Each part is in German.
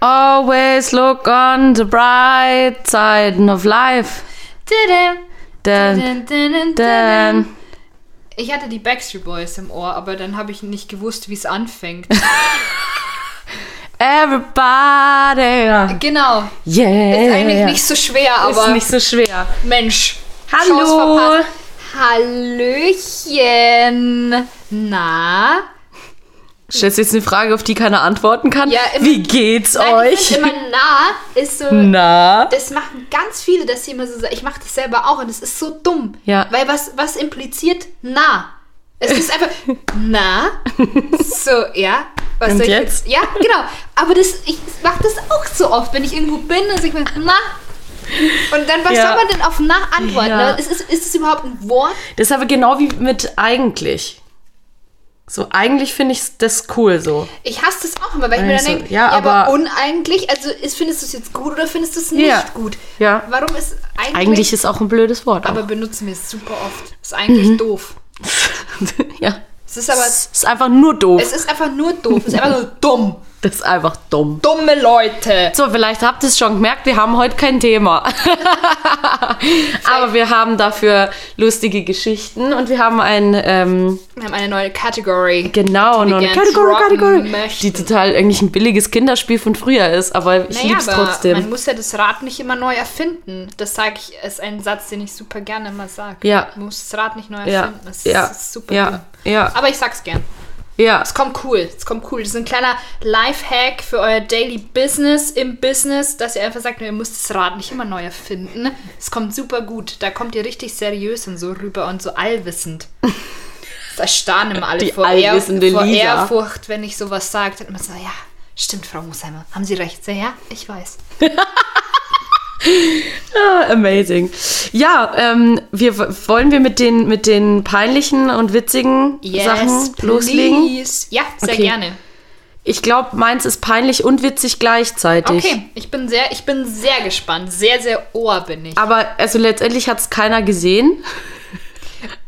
Always look on the bright side of life. Denn, denn. Ich hatte die Backstreet Boys im Ohr, aber dann habe ich nicht gewusst, wie es anfängt. Everybody. uh, genau. Yeah. Ist eigentlich nicht so schwer, Ist aber nicht so schwer. Mensch. Hallo. Chance verpasst. Hallöchen. Na? Stellst du jetzt eine Frage, auf die keiner antworten kann? Ja, immer- Wie geht's Nein, ich euch? Hm. finde immer na ist so. Na? Das machen ganz viele, dass sie immer so sagen, ich mache das selber auch und es ist so dumm. Ja. Weil was, was impliziert na? Es ist einfach na. So, ja. Was Und soll ich jetzt? Ja, genau. Aber das, ich mache das auch so oft, wenn ich irgendwo bin und ich mir na. Und dann, was Ja. soll man denn auf na antworten? Ja. Ist, es, ist es überhaupt ein Wort? Das ist aber genau wie mit eigentlich. So, eigentlich finde ich das cool so. Ich hasse das auch immer, weil ich mir dann Also, denke, ja, aber- uneigentlich, also ist, findest du es jetzt gut oder findest du es nicht Ja. gut? Ja. Warum ist eigentlich, Eigentlich ist auch ein blödes Wort. aber benutzen wir es super oft. Ist eigentlich Mhm. doof. ja. Es ist aber, Es ist einfach nur doof. es ist einfach nur doof. Es ist einfach nur dumm. das ist einfach dumm. Dumme Leute. So, vielleicht habt ihr es schon gemerkt, wir haben heute kein Thema. aber wir haben dafür lustige Geschichten und wir haben ein, ähm, Wir haben eine neue Kategorie. genau, Die noch eine wir gerne Kategorie, droppen Kategorie, möchten. die total eigentlich ein billiges Kinderspiel von früher ist, aber ich lieb's man trotzdem. muss ja das Rad nicht immer neu erfinden. Das sage ich, ist ein Satz, den ich super gerne immer sage. Ja. Man muss das Rad nicht neu Ja, erfinden. Das ja, ist super dumm. ja, ja, Aber ich sag's gern. ja. Es kommt cool. Es kommt cool. Das ist ein kleiner Lifehack für euer Daily Business im Business, dass ihr einfach sagt, ihr müsst das Rad nicht immer neu erfinden. Es kommt super gut. Da kommt ihr richtig seriös und so rüber und so allwissend. Das erstarren immer alle Die vor, allwissende vor Lisa. Ehrfurcht, wenn ich sowas sage. Dann immer so, ja, stimmt, Frau Mosheimer. Haben Sie recht? So, ja, ich weiß. Ah, Amazing. Ja, ähm, wir, wollen wir mit den, mit den peinlichen und witzigen Sachen please. loslegen? Ja, sehr Okay. gerne. Ich glaube, meins ist peinlich und witzig gleichzeitig. Okay, ich bin sehr, ich bin sehr gespannt. Sehr, sehr ohr bin ich. Aber also letztendlich hat es keiner gesehen.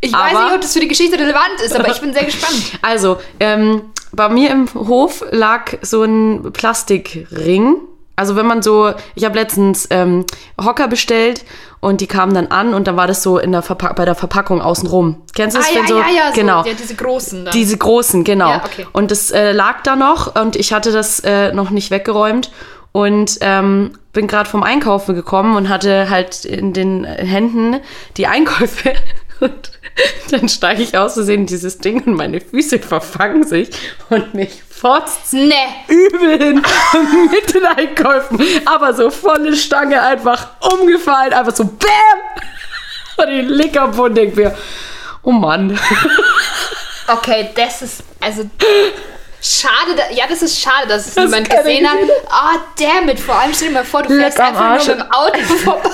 Ich weiß aber- nicht, ob das für die Geschichte relevant ist, aber ich bin sehr gespannt. Also, ähm, bei mir im Hof lag so ein Plastikring. Also wenn man so, ich habe letztens ähm, Hocker bestellt und die kamen dann an und dann war das so in der Verpack bei der Verpackung außenrum. Kennst du das? Ah, wenn ja, so, ja, ja, so, genau. ja, diese großen da. Diese großen, genau. Ja, okay. Und das äh, lag da noch und ich hatte das äh, noch nicht weggeräumt und ähm, bin gerade vom Einkaufen gekommen und hatte halt in den Händen die Einkäufe und dann steige ich aus Versehen in dieses Ding und meine Füße verfangen sich und mich fotzt nee. übel hin mit den Einkäufen, aber so volle Stange einfach umgefallen, einfach so BÄM! Und ich lieg am Boden, denk mir, oh Mann. Okay, das ist, also, schade, da, ja, das ist schade, dass es Das niemand keiner gesehen hat. gesehen Ah, damn it, vor allem stell dir mal vor, du Leck fährst am einfach Arsch. nur mit dem Auto vorbei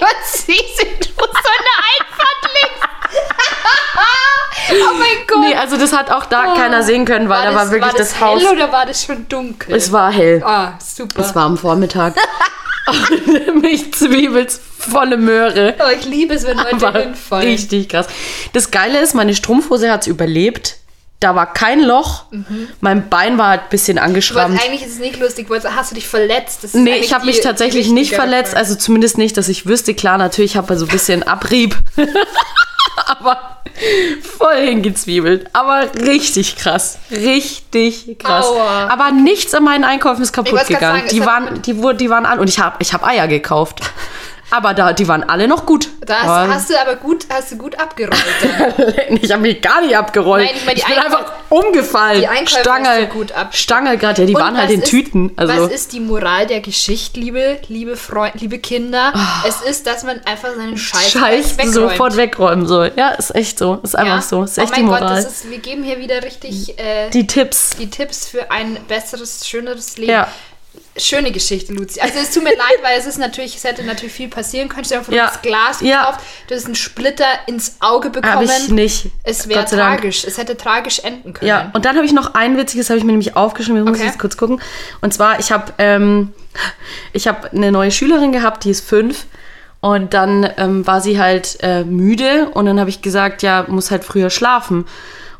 und siehst, wie du so eine Einfahrt legst. oh mein Gott. Nee, also das hat auch da keiner sehen können, weil da war wirklich Ah. war das, das Haus. hell oder war das schon dunkel? Es war hell. ah, super. Es war am Vormittag. Und Mich zwiebelt's volle Möhre. oh, ich liebe es, wenn Leute War hinfallen. richtig krass. Das Geile ist, meine Strumpfhose hat's überlebt. Da war kein Loch. Mein Bein war halt ein bisschen Aber angeschrammt. eigentlich ist es nicht lustig, weil hast du dich verletzt? Das ist Nee, eigentlich ich habe die mich tatsächlich nicht wichtigere verletzt. Frage. Also zumindest nicht, dass ich wüsste. Klar, natürlich habe ich so ein bisschen Abrieb. Aber voll hingezwiebelt. Aber richtig krass. Richtig krass. Aua. Aber nichts an meinen Einkaufen ist kaputt wollte grad gegangen. sagen, es die, hat waren, die, wurden- die waren an. Und ich habe ich hab Eier gekauft. Aber da, die waren alle noch gut. Da hast, Aber hast du aber gut, hast du gut abgerollt. dann. ich habe mich gar nicht abgerollt. Nein, ich meine, die bin Einkäufe- einfach umgefallen. die Einkäufe Stangel, hast du gut ab- Stangel gerade. Ja, die Und waren halt was in ist- Tüten. Also Was ist die Moral der Geschichte, liebe, liebe Freunde, liebe Kinder? Es ist, dass man einfach seinen Scheiß, Ah. Scheiß gleich wegräumt. sofort wegräumen soll. Ja, ist echt so. Ist einfach Ja. so. Ist echt oh die mein Gott, Moral. das ist, wir geben hier wieder richtig äh, die, die Tipps. Tipps für ein besseres, schöneres Leben. Ja. Schöne Geschichte, Luzi. Also es tut mir leid, weil es ist natürlich, es hätte natürlich viel passieren können. Stell dir vor, du Ja. hast Glas Ja. gekauft, du hast einen Splitter ins Auge Habe bekommen. ich nicht. Es wäre Gott sei Dank. tragisch. Es hätte tragisch enden können. Ja, und dann habe ich noch ein witziges, habe ich mir nämlich aufgeschrieben, ich muss Okay. jetzt kurz gucken. Und zwar, ich habe ähm, ich hab eine neue Schülerin gehabt, die ist fünf. Und dann ähm, war sie halt äh, müde und dann habe ich gesagt, ja, muss halt früher schlafen.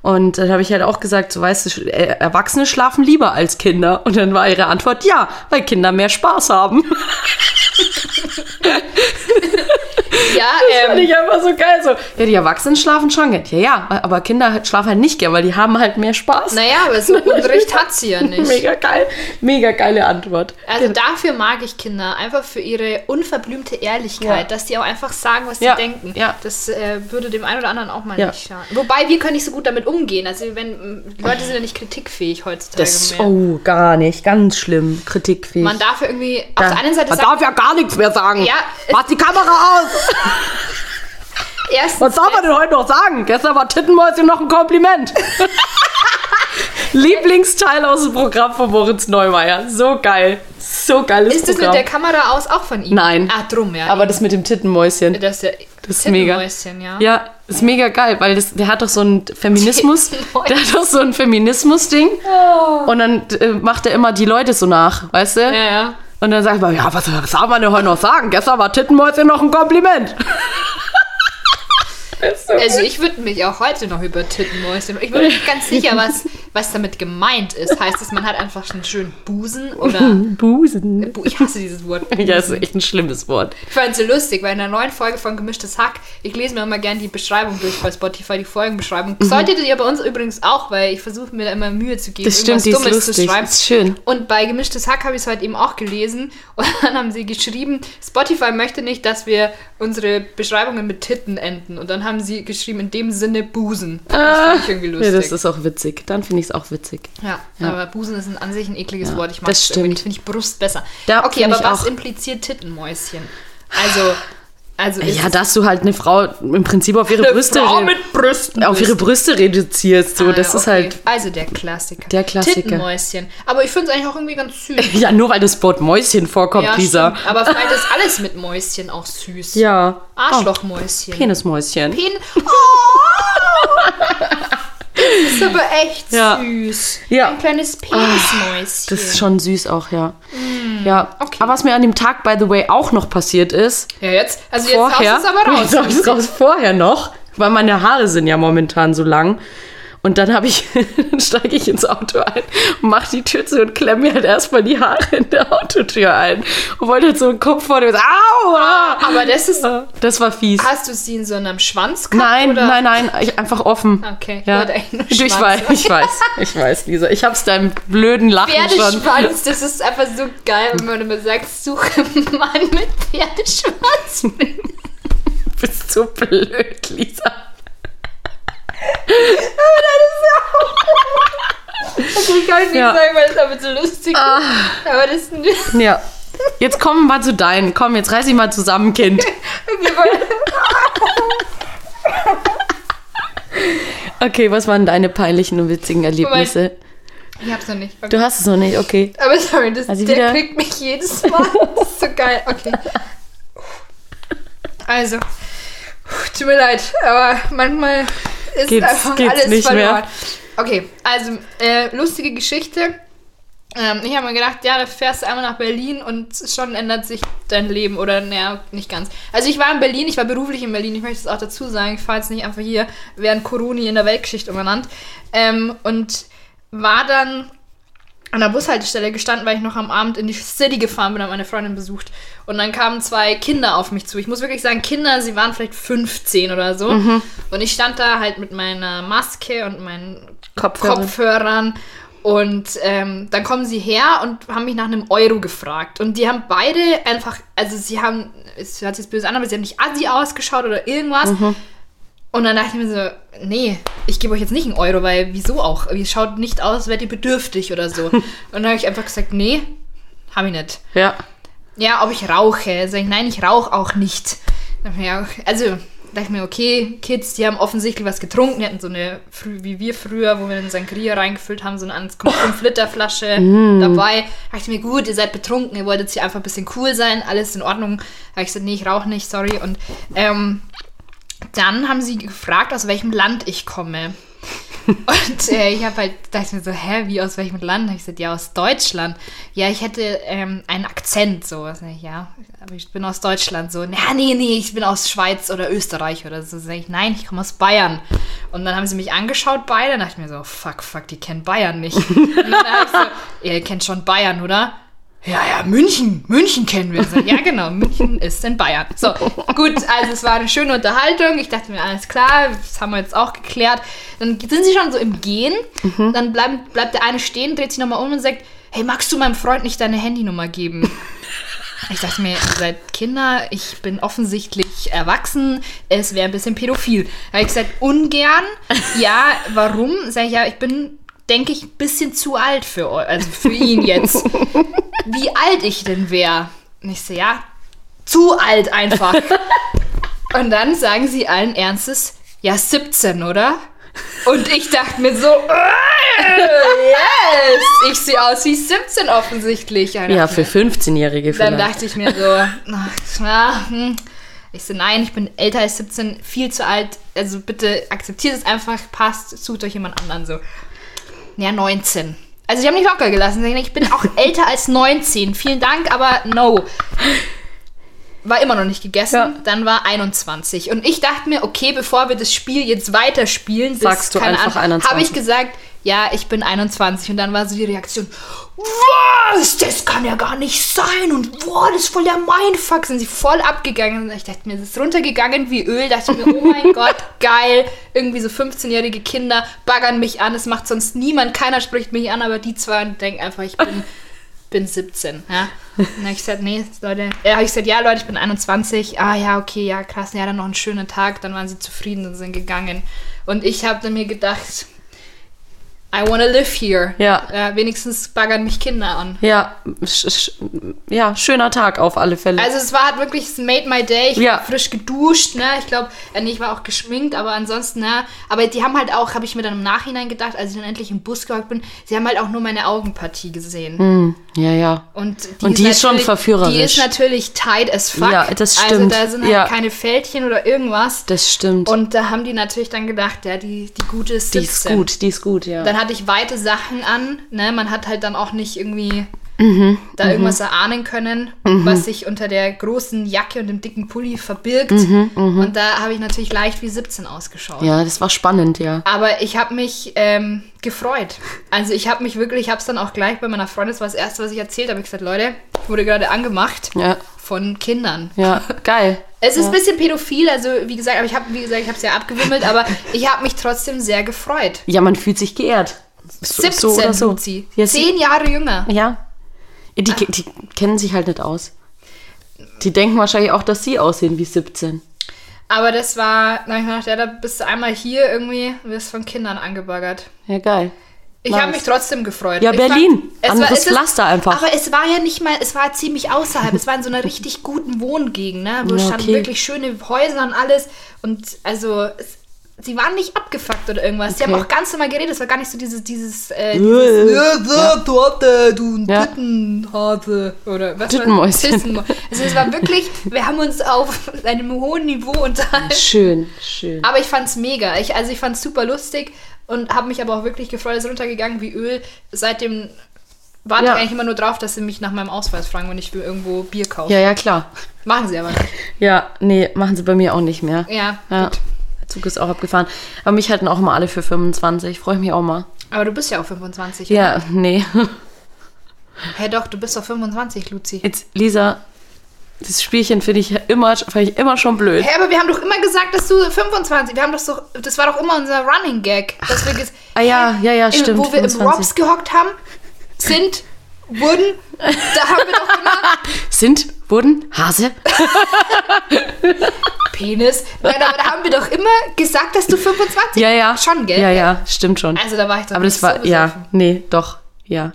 Und dann habe ich halt auch gesagt, so weißt du, äh, Erwachsene schlafen lieber als Kinder. Und dann war ihre Antwort, ja, weil Kinder mehr Spaß haben. Ja, Das fand ähm, ich einfach so geil. So, ja, die Erwachsenen schlafen schon gern. Ja, ja, aber Kinder halt- schlafen halt nicht gern, weil die haben halt mehr Spaß. naja, aber so Unterricht hat sie ja nicht. Mega Genau. geil. Mega geile Antwort. Also dafür mag ich Kinder, einfach für ihre unverblümte Ehrlichkeit, Ja. dass die auch einfach sagen, was Ja, sie denken. ja. Das äh, würde dem einen oder anderen auch mal Ja. nicht schaden. Wobei wir können nicht so gut damit umgehen. Also wenn m, Leute sind ja nicht kritikfähig heutzutage Das, mehr. oh, gar nicht. Ganz schlimm. Kritikfähig. Man darf ja irgendwie auf der einen Seite man sagen, darf ja gar nichts mehr sagen. Ja, Mach die Kamera aus. Was erstens, soll man denn heute noch sagen? Gestern war Tittenmäuschen noch ein Kompliment. Lieblingsteil aus dem Programm von Moritz Neumeier. So geil. So geiles ist das mit Programm. der Kamera aus auch von ihm? Nein. Ah, drum, ja. Aber das mit dem Tittenmäuschen. das ist ja Das ist mega. Tittenmäuschen, ja. Ja, ist mega geil, weil das, der hat doch so einen Feminismus, Tittenmäuschen. der hat doch so ein Feminismus-Ding und dann äh, macht er immer die Leute so nach, weißt du? Ah. Ja, ja. Und dann sagt man, ja, was, was soll man denn heute noch sagen? Gestern war Tittenmäuschen noch ein Kompliment. Also ich würde mich auch heute noch über Tittenmäuschen. Ich bin mir nicht ganz sicher, was, was damit gemeint ist. Heißt es, man hat einfach einen schönen Busen oder... Busen. Bu- Ich hasse dieses Wort. Ja, ist echt ein schlimmes Wort. Ich fand es so lustig, weil in der neuen Folge von Gemischtes Hack, ich lese mir immer gerne die Beschreibung durch bei Spotify, die Folgenbeschreibung. Mhm. Solltet ihr bei uns übrigens auch, weil ich versuche mir da immer Mühe zu geben, Das stimmt, die ist lustig. Ist schön. Und bei Gemischtes Hack habe ich es heute eben auch gelesen und dann haben sie geschrieben, Spotify möchte nicht, dass wir unsere Beschreibungen mit Titten enden. Und dann haben sie geschrieben, in dem Sinne Busen. Das fand ich irgendwie Ja, lustig. Ah. das ist auch witzig. Dann finde ich es auch witzig. Ja, Ja. aber Busen ist ein an sich ein ekliges Wort. Ich mag das das irgendwie stimmt. nicht. Finde ich Brust besser. Da okay, finde aber ich was auch- impliziert Tittenmäuschen? Also, also ist Ja, es dass du halt eine Frau im Prinzip auf ihre eine Brüste Frau re- mit Brüsten. auf ihre bist. Brüste reduzierst. So, Ah, das ja, ist okay. halt. Also der Klassiker. Der Klassiker. Tittenmäuschen. Aber ich finde es eigentlich auch irgendwie ganz süß. Ja, nur weil das Wort Mäuschen vorkommt, Ja, Lisa. stimmt. Aber vielleicht ist alles mit Mäuschen auch süß. Ja. Arschlochmäuschen. Oh, Penismäuschen. Pen oh! Das ist aber echt Ja. süß. Ja. Ah, Ein kleines Penismäuschen. das ist schon süß auch, ja. Ja. Mm. okay. Aber was mir an dem Tag, by the way, auch noch passiert ist, ja, jetzt, also jetzt vorher. haust du es aber raus. Jetzt hau ich's raus vorher noch, weil meine Haare sind ja momentan so lang. Und dann habe ich, dann steige ich ins Auto ein, mach die Tür zu und klemme mir halt erstmal die Haare in der Autotür ein. Und wollte halt so den Kopf vor dem. Aua! Ah, Aber das ist. Das war fies. Hast du sie in so einem Schwanz gehabt? Nein, oder? nein, nein, ich, einfach offen. Okay, ich ja. wollte eigentlich nur Du, ich Schwanz weiß, sagen. ich weiß, ich weiß, Lisa. Ich hab's deinem blöden Lachen schon. Pferdeschwanz, das ist einfach so geil, wenn man immer sagt, suche einen Mann mit Pferdeschwanz. Du bist so blöd, Lisa. Ich kann nicht Ja. Ah. sagen, weil das aber so lustig ist. Aber das ist nicht. Ja. Jetzt kommen wir mal zu deinen. Komm, jetzt reiß dich mal zusammen, Kind. Okay, was waren deine peinlichen und witzigen Erlebnisse? Ich hab's noch nicht. Okay. Du hast es noch nicht, okay. Aber sorry, das, Also der wieder- kriegt mich jedes Mal. Das ist so geil. Okay. Also, tut mir leid, aber manchmal ist Geht's- einfach geht's alles nicht mehr. verloren. Okay, also äh, lustige Geschichte. Ähm, ich habe mir gedacht, ja, da fährst du einmal nach Berlin und schon ändert sich dein Leben oder naja, nicht ganz. Also ich war in Berlin, ich war beruflich in Berlin, ich möchte es auch dazu sagen, ich fahre jetzt nicht einfach hier während Coroni in der Weltgeschichte umbenannt. Ähm, und war dann an der Bushaltestelle gestanden, weil ich noch am Abend in die City gefahren bin, habe meine Freundin besucht. Und dann kamen zwei Kinder auf mich zu. Ich muss wirklich sagen, Kinder, sie waren vielleicht 15 oder so. Und ich stand da halt mit meiner Maske und meinen Kopfhörer. Kopfhörern. Und ähm, dann kommen sie her und haben mich nach einem Euro gefragt. Und die haben beide einfach, also sie haben, es hört sich jetzt böse an, aber sie haben nicht assi ausgeschaut oder irgendwas. Und dann dachte ich mir so, nee, ich gebe euch jetzt nicht einen Euro, weil wieso auch? Ihr schaut nicht aus, als wärt ihr bedürftig oder so. Und dann habe ich einfach gesagt, nee, habe ich nicht. Ja. Ja, ob ich rauche. Sag ich, nein, ich rauche auch nicht. Dann dachte ich mir, Ja, also dachte ich mir, okay, Kids, die haben offensichtlich was getrunken, die hatten so eine, frü- wie wir früher, wo wir dann Sangria reingefüllt haben, so eine 1,5 Liter Flasche dabei. Dachte ich mir, gut, ihr seid betrunken, ihr wolltet hier einfach ein bisschen cool sein, alles in Ordnung. Habe ich gesagt, nee, ich rauche nicht, sorry. Und ähm, dann haben sie gefragt, aus welchem Land ich komme. Und äh, ich habe halt, dachte mir so, hä, wie aus welchem Land? Hab ich gesagt, ja, aus Deutschland. Ja, ich hätte ähm, einen Akzent so. Sag ich, ja, aber ich bin aus Deutschland so. Ja, nee, nee, ich bin aus Schweiz oder Österreich oder so. Sag ich, nein, ich komme aus Bayern. Und dann haben sie mich angeschaut, beide, und dachte mir so, fuck, fuck, die kennen Bayern nicht. Und dann hab ich so, ihr kennt schon Bayern, oder? Ja, ja, München, München kennen wir. So, ja, genau, München ist in Bayern. So, gut, also es war eine schöne Unterhaltung. Ich dachte mir, alles klar, das haben wir jetzt auch geklärt. Dann sind sie schon so im Gehen. Dann bleiben, bleibt der eine stehen, dreht sich nochmal um und sagt, hey, magst du meinem Freund nicht deine Handynummer geben? Ich dachte mir, ihr seid Kinder, ich bin offensichtlich erwachsen, es wäre ein bisschen pädophil. Da habe ich gesagt, ungern. Ja, warum? Sag ich, ja, ich bin, denke ich, ein bisschen zu alt für eu- also für ihn jetzt. Wie alt ich denn wäre? Und ich so, ja, zu alt einfach. Und dann sagen sie allen Ernstes, ja, 17, oder? Und ich dachte mir so, äh, yes, ich sehe aus wie 17 offensichtlich. Und Ja, dachte für 15-Jährige dann vielleicht. dachte ich mir so, ach, na, hm. ich so, nein, ich bin älter als 17, viel zu alt. Also bitte akzeptiert es einfach, passt, sucht euch jemand anderen so. Ja, 19. Also ich habe mich locker gelassen. Ich bin auch älter als 19. Vielen Dank, aber no. War immer noch nicht gegessen. Ja. Dann war 21. Und ich dachte mir, okay, bevor wir das Spiel jetzt weiterspielen, bis, Sagst du keine einfach Ahnung, Habe ich 21. gesagt, ja, ich bin 21. Und dann war so die Reaktion, was, das kann ja gar nicht sein. Und boah, das ist voll der Mindfuck. Sind sie voll abgegangen. Und ich dachte mir, das ist runtergegangen wie Öl. Dachte mir, oh mein Gott, geil. Irgendwie so 15-jährige Kinder baggern mich an. Das macht sonst niemand. Keiner spricht mich an, aber die zwei und denken einfach, ich bin bin 17. Ja? Und dann hab ich gesagt, nee, Leute. Ja, hab ich gesagt, ja, Leute, ich bin 21. Ah ja, okay, ja, krass. Ja, dann noch einen schönen Tag. Dann waren sie zufrieden und sind gegangen. Und ich habe dann mir gedacht, I wanna live here. Ja. ja. Wenigstens baggern mich Kinder an. Ja, sch, sch, ja, schöner Tag auf alle Fälle. Also es war halt wirklich, es made my day. Ich Ja. war frisch geduscht, ne? Ich glaube, äh, nee, ich war auch geschminkt, aber ansonsten, ne? Aber die haben halt auch, habe ich mir dann im Nachhinein gedacht, als ich dann endlich im Bus gehockt bin, sie haben halt auch nur meine Augenpartie gesehen. Hm, ja, ja. Und die, Und die ist schon natürlich- verführerisch. Die ist natürlich tight as fuck. Ja, das Also stimmt. da sind halt Ja. keine Fältchen oder irgendwas. Das stimmt. Und da haben die natürlich dann gedacht, ja, die, die gute ist die ist 17. gut, die ist gut, ja. Dann hatte ich weite Sachen an. Ne? Man hat halt dann auch nicht irgendwie Mhm. da irgendwas erahnen können, was sich unter der großen Jacke und dem dicken Pulli verbirgt. Mhm. Und da habe ich natürlich leicht wie 17 ausgeschaut. ja, das war spannend, ja. Aber ich habe mich ähm, gefreut. Also ich habe mich wirklich, ich habe es dann auch gleich bei meiner Freundin, das war das Erste, was ich erzählt habe. Ich gesagt, Leute, ich wurde gerade angemacht Ja, von Kindern. ja, geil. Es ist ein bisschen pädophil, also wie gesagt, aber ich habe, wie gesagt, ich habe es ja abgewimmelt, aber ich habe mich trotzdem sehr gefreut. Ja, man fühlt sich geehrt. So, 17 so oder so. Luzi. Ja, sie- Zehn Jahre jünger. Ja. Die, die, die kennen sich halt nicht aus. Die denken wahrscheinlich auch, dass sie aussehen wie 17. Aber das war, da hab ich mir gedacht, ja, da bist du einmal hier irgendwie, wirst von Kindern angebaggert. Ja, geil. Ich Nice. habe mich trotzdem gefreut. Ja, ich Berlin. Anderes ist- Pflaster einfach. Aber es war ja nicht mal, es war ziemlich außerhalb. es war in so einer richtig guten Wohngegend, ne? Wo Ja, standen okay. wirklich schöne Häuser und alles. Und also, es, sie waren nicht abgefuckt oder irgendwas. Sie Okay. haben auch ganz normal geredet. Es war gar nicht so dieses, dieses, äh, Äh, dieses ja, so, Torte, du ein Ja. Tittenhase. Oder was Tittenmäuschen. war Tittenmäu- Also, es war wirklich, wir haben uns auf einem hohen Niveau unterhalten. Schön, schön. Aber ich fand's mega. Ich, also ich fand's super lustig und habe mich aber auch wirklich gefreut. Es ist runtergegangen wie Öl. Seitdem warte Ja. ich eigentlich immer nur drauf, dass sie mich nach meinem Ausweis fragen, wenn ich will irgendwo Bier kaufe. Ja, ja, klar. Machen sie aber nicht. Ja, nee, machen sie bei mir auch nicht mehr. Ja, Ja. gut. Der Zug ist auch abgefahren. Aber mich halten auch mal alle für 25. Freue ich mich auch mal. Aber du bist ja auch 25. Ja. Ja, nee. Hey doch, du bist doch 25, Luzi. Jetzt, Lisa, das Spielchen finde ich ja immer, fand ich immer schon blöd. Hey, aber wir haben doch immer gesagt, dass du 25. Wir haben das doch, das war doch immer unser Running Gag, dass wir ges- Ah ja, ja, ja, im, stimmt. wo wir 25. im Robs gehockt haben, sind, wurden, da haben wir doch immer Sind, wurden, Hase? Penis. Nein, aber da haben wir doch immer gesagt, dass du 25 Ja, ja. Schon, gell? Ja, ja, stimmt schon. Also da war ich doch Aber das nicht war, so ja, besoffen. nee, doch, ja.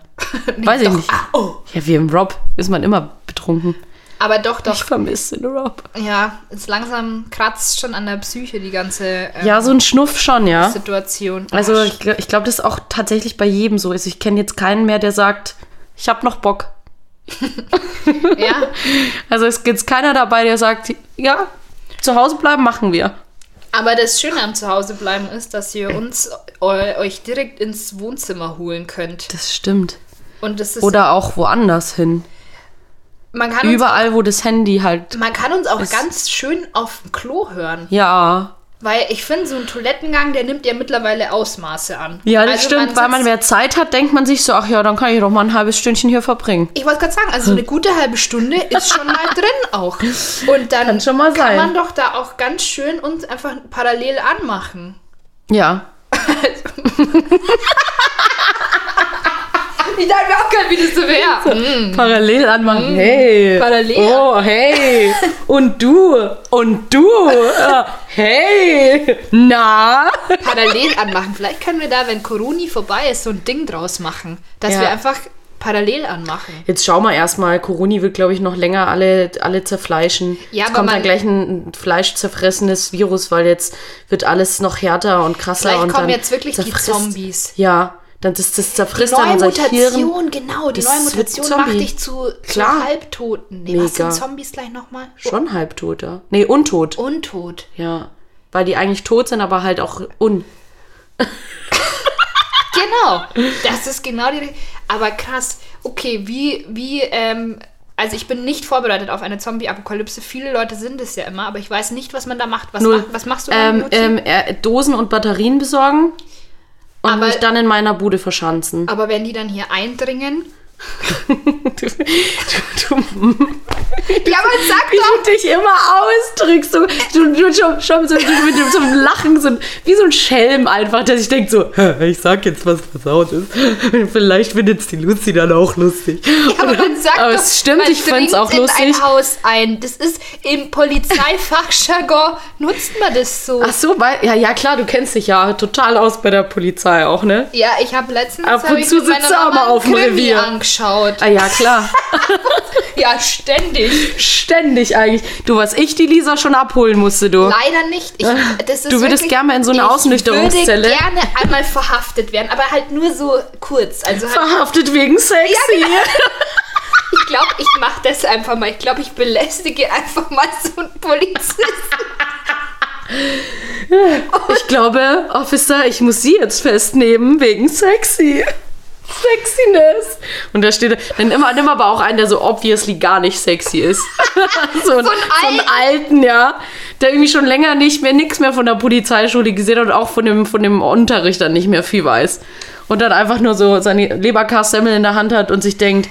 Weiß ich doch. nicht. Ah, oh. Ja, wie im Rob ist man immer betrunken. Aber doch, Ich doch. vermisse den Rob. Ja, jetzt langsam kratzt schon an der Psyche die ganze ähm, Ja, so ein Schnuff schon, ja. Situation. Also Ah, ich, gl- ich glaube, das ist auch tatsächlich bei jedem so. Also ich kenne jetzt keinen mehr, der sagt, ich habe noch Bock. ja. Also es gibt keiner dabei, der sagt, ja, zu Hause bleiben machen wir. Aber das Schöne am Zuhausebleiben ist, dass ihr uns eu- euch direkt ins Wohnzimmer holen könnt. Das stimmt. Und das ist Oder auch woanders hin. man kann uns, Überall, wo das Handy halt. man kann uns auch ist- ganz schön auf dem Klo hören, Ja. weil ich finde so ein Toilettengang, der nimmt ja mittlerweile Ausmaße an. Ja, das Also stimmt. weil man sitzt- mehr Zeit hat, denkt man sich so, ach ja, dann kann ich doch mal ein halbes Stündchen hier verbringen. ich wollte gerade sagen, also so eine gute halbe Stunde ist schon mal drin auch. Und dann Kann schon mal kann sein. man doch da auch ganz schön uns einfach parallel anmachen. Ja. Ich dachte mir auch gerade, wie das so wäre. Parallel anmachen. Hey. Mhm. parallel. Oh, hey. Und du. Und du. Äh, hey. Na. parallel anmachen. Vielleicht können wir da, wenn Coroni vorbei ist, so ein Ding draus machen, dass Ja. wir einfach parallel anmachen. Jetzt schauen wir erstmal. Coroni wird, glaube ich, noch länger alle, alle zerfleischen. Ja, jetzt aber kommt man- dann gleich ein fleischzerfressenes Virus, weil jetzt wird alles noch härter und krasser. Vielleicht und kommen dann jetzt wirklich die zerfrisst- Zombies. Ja, dann das, das zerfrisst dann Neue unser Hirn. Mutation, genau. Die Das neue wird Mutation Zombie. macht dich zu, zu Klar. Halbtoten. Nee, was Mega. sind Zombies gleich nochmal? Schon halbtoter. Nee, Oh. untot. Untot. Ja. Weil die eigentlich tot sind, aber halt auch un. Genau. Das ist genau die. Aber krass. Okay, wie, wie, ähm, also ich bin nicht vorbereitet auf eine Zombie-Apokalypse. Viele Leute sind es ja immer, aber ich weiß nicht, was man da macht. Was, Null. ma- was machst du ähm, Mutti? ähm, äh, Dosen und Batterien besorgen und Aber- mich dann in meiner Bude verschanzen. Aber wenn die dann hier eindringen. Du, du, du Ja, man sagt wie du dich immer ausdrückst, so, du, du schon, schon so, du, mit dem- so einem Lachen, so, ein- wie so ein Schelm einfach, dass ich denke so, "Hä, ich sag jetzt was versaut ist. Vielleicht findet's die Lucy dann auch lustig. Ja, aber dann sagt Aber doch, es stimmt, man ich find's dringt auch In lustig. ein Haus ein. Das ist im Polizeifachjargon nutzt man das so. Ach so, weil, ja, ja klar, du kennst dich ja total aus bei der Polizei auch, ne? Ja, ich habe letztens Ab hab und ich zu mit meiner sitzt er Mama aber einen auf dem Krimi Revier. angeschaut. Ah ja, klar. Ja, ständig. Ständig eigentlich. Du, was ich die Lisa schon abholen musste, du. Leider nicht. Ich, das ist Oh. Du würdest wirklich, gerne mal in so eine Außennüchterungszelle. Ich würde gerne einmal verhaftet werden, aber halt nur so kurz. Also halt, Verhaftet wegen Sex hier. ich glaube, ich mache das einfach mal. Ich glaube, ich belästige einfach mal so einen Polizisten. Ich glaube, Officer, ich muss sie jetzt festnehmen wegen sexy. Sexiness. Und da steht, dann immer, nimm aber auch einen, der so obviously gar nicht sexy ist. so, ein, so einen alten, ja. Der irgendwie schon länger nicht mehr, nichts mehr von der Polizeischule gesehen hat und auch von dem, von dem Unterricht dann nicht mehr viel weiß. Und dann einfach nur so seine Leberkassemmel in der Hand hat und sich denkt,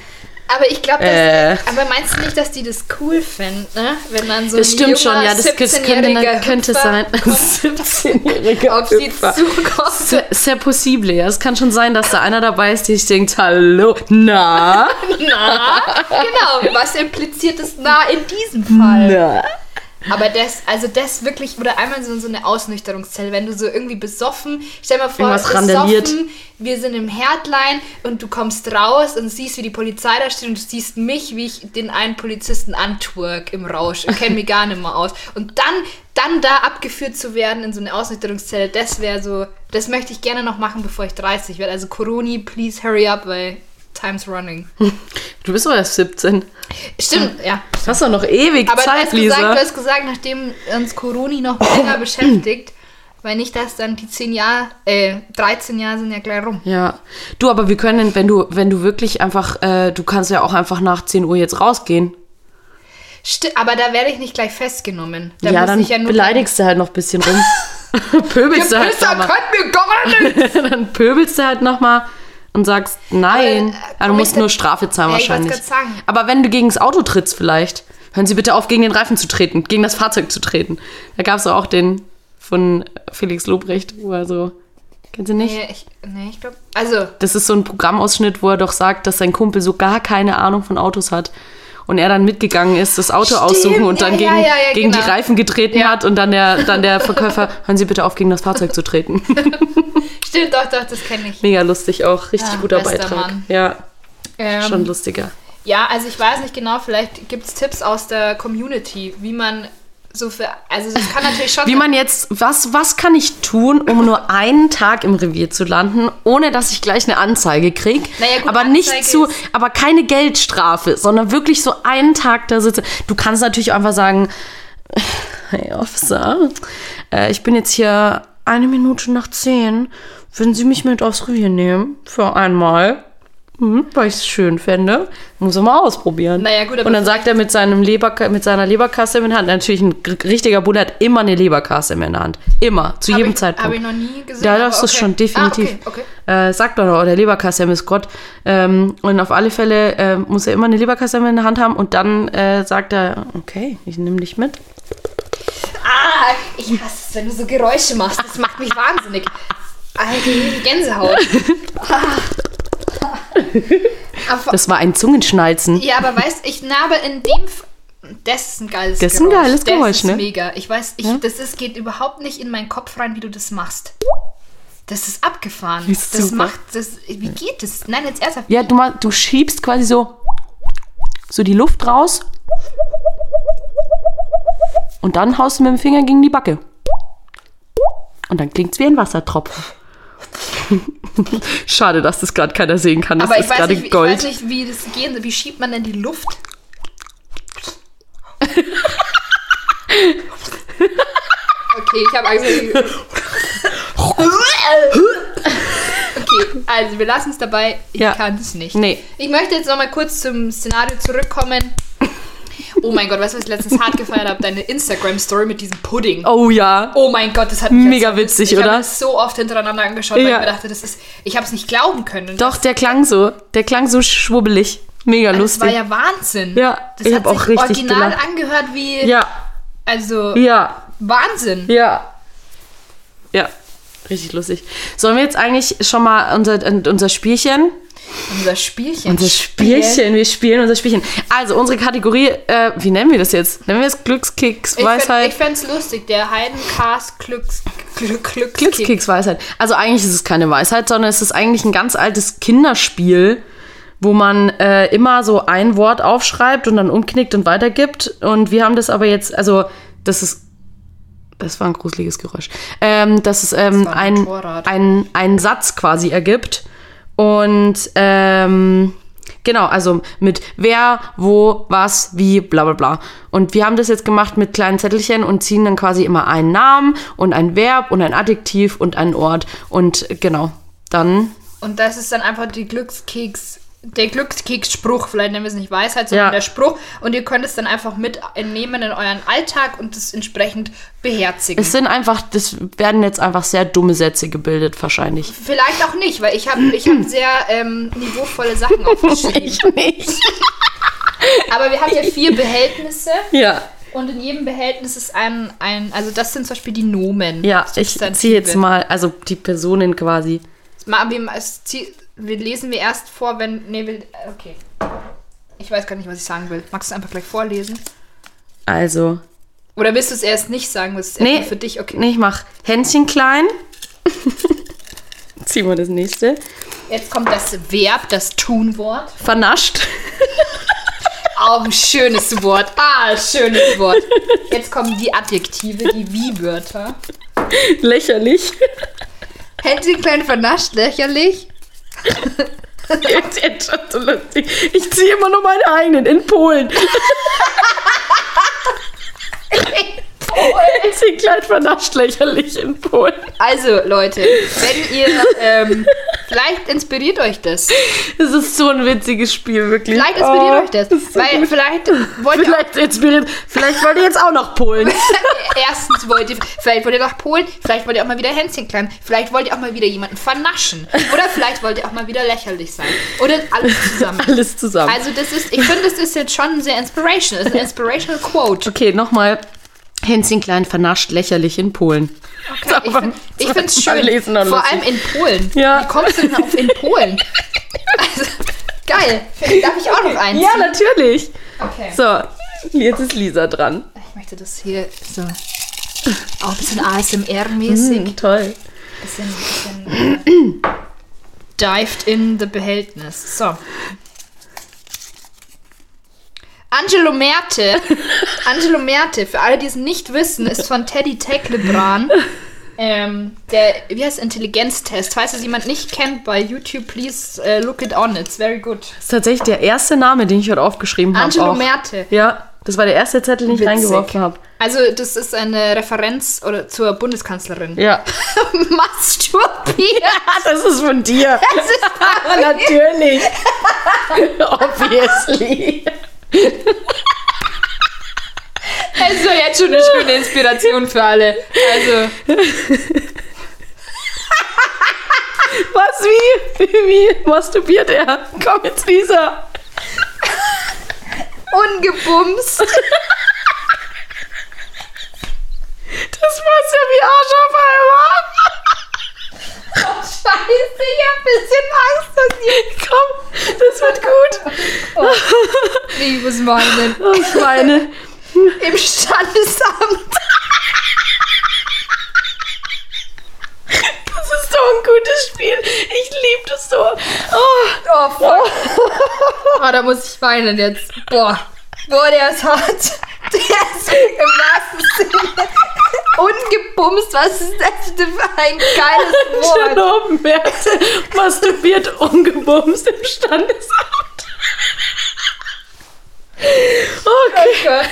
Aber ich glaube, Äh. aber meinst du nicht, dass die das cool finden, ne? wenn dann so das ein stimmt schon, junger, ja, das, das könnte, 17-jähriger könnte Hüpfer sein. kommt, 17-jähriger Auf sie Hüpfer. zukommt. Se- Sehr possible, ja. Es kann schon sein, dass da einer dabei ist, der sich denkt, hallo, na, Na, genau. Was impliziert es na in diesem Fall? na. Aber das, also das wirklich, oder einmal so, so eine Ausnüchterungszelle, wenn du so irgendwie besoffen, stell mal vor, Irgendwas es ist randaliert. Soffen, wir sind im Herdlein und du kommst raus und siehst, wie die Polizei da steht und du siehst mich, wie ich den einen Polizisten antwerk im Rausch und kenne mich gar nicht mehr aus. Und dann, dann da abgeführt zu werden in so eine Ausnüchterungszelle, das wäre so, das möchte ich gerne noch machen, bevor ich 30 werde. Also Coroni, please hurry up, weil time's running. Du bist doch erst 17. Stimmt, ja. Du hast doch noch ewig Aber du, Zeit, hast gesagt, du Lisa. hast gesagt, nachdem uns Coroni noch länger beschäftigt, weil nicht, dass dann die 10 Jahre, äh, 13 Jahre sind ja gleich rum. Ja. Du, aber wir können, wenn du, wenn du wirklich einfach, äh, du kannst ja auch einfach nach 10 Uhr jetzt rausgehen. Sti aber da werde ich nicht glich festgenommen. Da ja, muss dann ich ja nur beleidigst du halt noch ein bisschen rum. pöbelst du Ihr halt Pisser nochmal. könnt mir gar nicht. Dann pöbelst du halt nochmal und sagst, nein. Aber, äh, Aber, du komm musst ich nur da- Strafe zahlen Ja, ich wollt's wahrscheinlich. grad sagen. Aber wenn du gegen das Auto trittst vielleicht, hören Sie bitte auf, gegen den Reifen zu treten, gegen das Fahrzeug zu treten. Da gab es auch den von Felix Lobrecht, wo er so, kennen Sie nicht? Nee, ich, nee, ich glaube. Also, Das ist so ein Programmausschnitt, wo er doch sagt, dass sein Kumpel so gar keine Ahnung von Autos hat. Und er dann mitgegangen ist, das Auto Stimmt, aussuchen und ja, dann ja, gegen, ja, ja, gegen genau. die Reifen getreten hat und dann der, dann der Verkäufer, hören Sie bitte auf, gegen das Fahrzeug zu treten. stimmt, doch, doch, das kenne ich. Mega lustig auch, richtig Ah, guter bester Beitrag. Mann. Ja, Ähm, schon lustiger. Ja, also ich weiß nicht genau, vielleicht gibt es Tipps aus der Community, wie man so für. Also, das kann natürlich schon. Wie man jetzt, was, was kann ich tun, um nur einen Tag im Revier zu landen, ohne dass ich gleich eine Anzeige kriege? Naja, gut, aber Anzeige nicht zu, ist- aber keine Geldstrafe, sondern wirklich so einen Tag da sitze. Du kannst natürlich einfach sagen, Hey, Officer. Äh, ich bin jetzt hier eine Minute nach zehn. Würden Sie mich mit aufs Revier nehmen? Für einmal. Hm, weil ich es schön fände. Muss er mal ausprobieren. Naja, gut, aber- aber Und dann sagt er mit, seinem Leber, mit seiner Leberkasse in der Hand, natürlich ein r- richtiger Bulle hat immer eine Leberkasse in der Hand. Immer, zu jedem ich, Zeitpunkt. Habe ich noch nie gesehen. Ja, aber das ist okay. schon definitiv. Ah, okay, okay. Äh, sagt doch noch, der Leberkassem ist Gott. Ähm, und auf alle Fälle äh, muss er immer eine Leberkassem in der Hand haben und dann äh, sagt er, okay, ich nehme dich mit. Ah, ich hasse es, wenn du so Geräusche machst. Das macht mich wahnsinnig. Alter, die Gänsehaut. Ah. Aber, Das war ein Zungenschnalzen. ja, aber weißt ich, na, aber in dem. F das ist ein geiles Das ist ein Geräusch. geiles Geräusch, das ne? ist mega. Ich weiß, ich, das ist, geht überhaupt nicht in meinen Kopf rein, wie du das machst. Das ist abgefahren. Ist das super. macht das. Wie geht das? Nein, jetzt ernsthaft. Ja, du, ma- du schiebst quasi so, so die Luft raus und dann haust du mit dem Finger gegen die Backe. Und dann klingt's wie ein Wassertropfen. Schade, dass das gerade keiner sehen kann. Das aber ich ist weiß, gerade nicht, wie- ich Gold. weiß nicht, wie das gehen soll. Wie schiebt man denn die Luft? okay, ich habe Angst. dass ich- okay, also wir lassen es dabei. Ich Ja. kann es nicht. Nee. Ich möchte jetzt nochmal kurz zum Szenario zurückkommen. Oh mein Gott, weißt du, was ich letztens hart gefeiert habe? Deine Instagram-Story mit diesem Pudding. Oh ja. Oh mein Gott, das hat mich Mega als- witzig, ich oder? Ich so oft hintereinander angeschaut, weil Ja. ich mir dachte, das ist, ich habe es nicht glauben können. Doch, der klang so. Der klang so schwubbelig. Mega Das war lustig. ja Wahnsinn. Ja, das ich hat hab auch sich richtig original gelacht. angehört wie. ja, Also, ja, Wahnsinn. ja. Ja, richtig lustig. Sollen wir jetzt eigentlich schon mal unser, unser Spielchen? Unser Spielchen. Unser Spielchen, wir spielen unser Spielchen. Also, unsere Kategorie, äh, wie nennen wir das jetzt? Nennen wir es Glückskicks, Ich Weisheit? fände es lustig, der Heidencast Glücks, Glück, Glück, Glückskicks, Weisheit. Also, eigentlich ist es keine Weisheit, sondern es ist eigentlich ein ganz altes Kinderspiel, wo man äh, immer so ein Wort aufschreibt und dann umknickt und weitergibt. Und wir haben das aber jetzt, also, das ist. Das war ein gruseliges Geräusch. Ähm, dass es ähm, war ein ein, Motorrad. ein, einen Satz quasi ergibt. Und ähm, genau, also mit wer, wo, was, wie, bla bla bla. Und wir haben das jetzt gemacht mit kleinen Zettelchen und ziehen dann quasi immer einen Namen und ein Verb und ein Adjektiv und einen Ort. Und genau, dann Und das ist dann einfach die Glückskeks. Der Glückskeks-Spruch, vielleicht nennen wir es nicht Weisheit, sondern Ja. der Spruch. Und ihr könnt es dann einfach mit entnehmen in euren Alltag und es entsprechend beherzigen. Es sind einfach, das werden jetzt einfach sehr dumme Sätze gebildet, wahrscheinlich. vielleicht auch nicht, weil ich habe ich hab sehr ähm, niveauvolle Sachen aufgeschrieben. nicht. Aber wir haben ja vier Behältnisse. Ja. Und in jedem Behältnis ist ein, ein also das sind zum Beispiel die Nomen. Ja, ich Substantive. ziehe jetzt mal, also die Personen quasi. Mal, wir, es zieh- wir lesen wir erst vor, wenn. Nee, wir, okay. Ich weiß gar nicht, was ich sagen will. Magst du es einfach gleich vorlesen? Also. Oder willst du es erst nicht sagen? Das ist erstmal für dich, okay. Nee, ich mach Händchen klein. Ziehen wir das nächste. Jetzt kommt das Verb, das Tunwort. Vernascht. Auch ein schönes Wort. Ah, schönes Wort. Jetzt kommen die Adjektive, die Wie-Wörter. Lächerlich. Händchen klein vernascht, lächerlich. Jetzt- jetzt schon so lustig. ich ziehe immer nur meine eigenen in Polen. Händchen klein vernascht lächerlich in Polen. Also, Leute, wenn ihr. Ähm, vielleicht inspiriert euch das. Es ist so ein witziges Spiel, wirklich. Vielleicht inspiriert Oh, euch das. ist so Weil gut. vielleicht wollt ihr Vielleicht inspiriert. Vielleicht wollt ihr jetzt auch noch Polen. erstens wollt ihr, vielleicht wollt ihr nach Polen, vielleicht wollt ihr auch mal wieder Händchen klammern, vielleicht wollt ihr auch mal wieder jemanden vernaschen. Oder vielleicht wollt ihr auch mal wieder lächerlich sein. Oder alles zusammen. Alles zusammen. Also das ist, ich finde, das ist jetzt schon sehr inspirational. Das ist ein inspirational Quote. okay, nochmal. Hänschen klein vernascht lächerlich in Polen. Okay, ich find- ich finde es Mal schön. lesen und Vor lustig. allem in Polen. Ja. Wie kommst du denn auf in Polen? Also, geil. Darf ich auch noch eins? Ja, natürlich. Okay. So, jetzt ist Lisa dran. Ich möchte das hier so auch ein bisschen ASMR-mäßig. Toll. bisschen, bisschen äh, dived in the Behältnis. So. Angelo Merte. Angelo Merte, für alle, die es nicht wissen, ist von Teddy Teklebran. Ähm, der, wie heißt Intelligenztest? Falls es jemand nicht kennt bei YouTube, please äh, look it on. It's very good. Das ist tatsächlich der erste Name, den ich heute aufgeschrieben habe. Angelo auch. Merte. Ja, Das war der erste Zettel, den ich Witzig. reingeworfen habe. Also, das ist eine Referenz oder zur Bundeskanzlerin. Ja. Masturbieren! Das ist von dir. Das ist natürlich. Obviously. Das ist doch Also, jetzt schon eine schöne Inspiration für alle. Also, Was, wie? Wie, wie masturbiert er? Komm jetzt, Lisa. ungebumst. Das war's ja wie Arsch auf einmal. Oh, Scheiße, ich hab ein bisschen Angst, dass ihr... Komm, das wird gut. Ich muss meinen. Oh, Schweine. Im Standesamt. Das ist so ein gutes Spiel. Ich liebe das so. Oh, Oh, fuck. Oh, da muss ich weinen jetzt. Boah. Boah, der ist hart. Der ist im wahrsten Sinne ungebumst. Was ist das denn für ein geiles Wort? Jerome Merz masturbiert ungebumst im Standesamt. Okay, Oh Gott.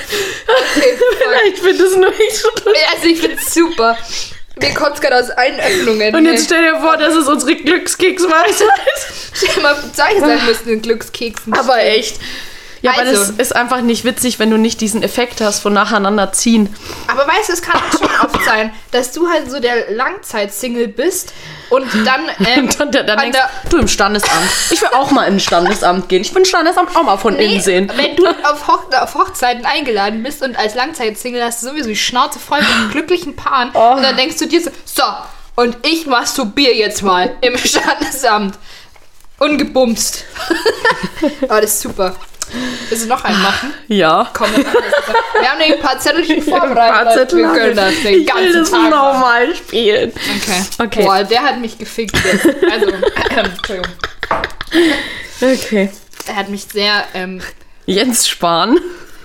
Okay, fuck. vielleicht bin das nur ich schon. Also, ich find's super. Mir kommt's gerade aus allen Öffnungen. Und jetzt stell dir vor, dass es unsere Glückskeks-Weisheit ist. stell mal Zeichen sein müssen in Glückskeksen. Aber echt. Ja, aber das Also. ist einfach nicht witzig, wenn du nicht diesen Effekt hast von nacheinander ziehen. Aber weißt du, es kann auch schon oft sein, dass du halt so der Langzeit-Single bist und dann. Ähm, Und dann, dann an denkst der- du, du im Standesamt. Ich will auch mal ins Standesamt gehen. Ich will ein Standesamt auch mal von Nee, innen sehen. Wenn du auf, Hoch auf Hochzeiten eingeladen bist und als Langzeitsingle hast du sowieso die Schnauze voll mit glücklichen Paaren und dann denkst du dir so, so, und ich masturbier jetzt mal im Standesamt. Ungebumst. oh, das ist super. Willst du noch einen machen? Ja. Komm, wir machen das jetzt. Also, wir haben nämlich ein paar Zettelchen vorbereitet. Ein paar Zettel wir habe können das ich. den ich will ganzen das Tag machen. nochmal spielen. Okay. Okay. Boah, der hat mich gefickt jetzt. Also, Entschuldigung. Okay. Er hat mich sehr. Ähm, Jens Spahn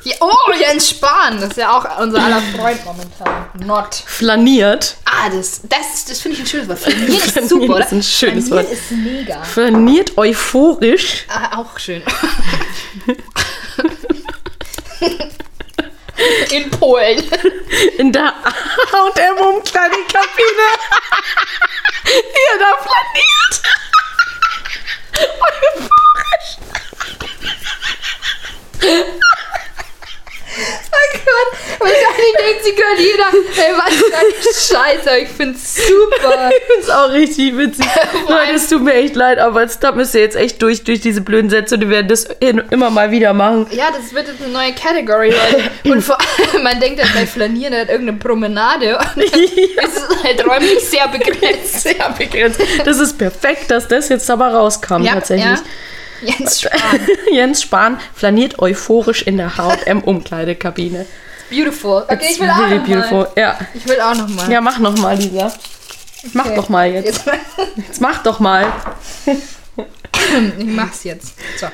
ja, oh, Jens Spahn! Das ist ja auch unser aller Freund momentan. Not. flaniert. Ah, das, das, das finde ich ein schönes Wort. Flanieren ist Flanieren super, oder? ist ein schönes Flanieren Wort. ist mega. Flaniert euphorisch. Ah, auch schön. In Polen. In der H&M Umkleidekabine. Hier, da flaniert. Oh Gott. Wahrscheinlich denkt sich gerade jeder, ey, was für eine Scheiße. Ich finde es super. Ich find's auch richtig witzig. Leute, es tut mir echt leid, aber jetzt- da müsst ihr jetzt echt durch, durch diese blöden Sätze und wir werden das in, immer mal wieder machen. Ja, das wird jetzt eine neue Category, Leute. Und vor allem, man denkt halt bei Flanieren halt irgendeine Promenade. Und dann ist es halt räumlich sehr begrenzt. Sehr begrenzt. Das ist perfekt, dass das jetzt aber rauskam, tatsächlich. Ja. Jens ah, Spahn. Jens Spahn flaniert euphorisch in der H&M Umkleidekabine. Beautiful. Okay, It's ich will auch really noch beautiful. mal. Ja. Ich will auch nochmal. ja, mach noch mal, Lisa. Mach Okay. doch mal jetzt. Jetzt mach doch mal. Ich mach's jetzt. So.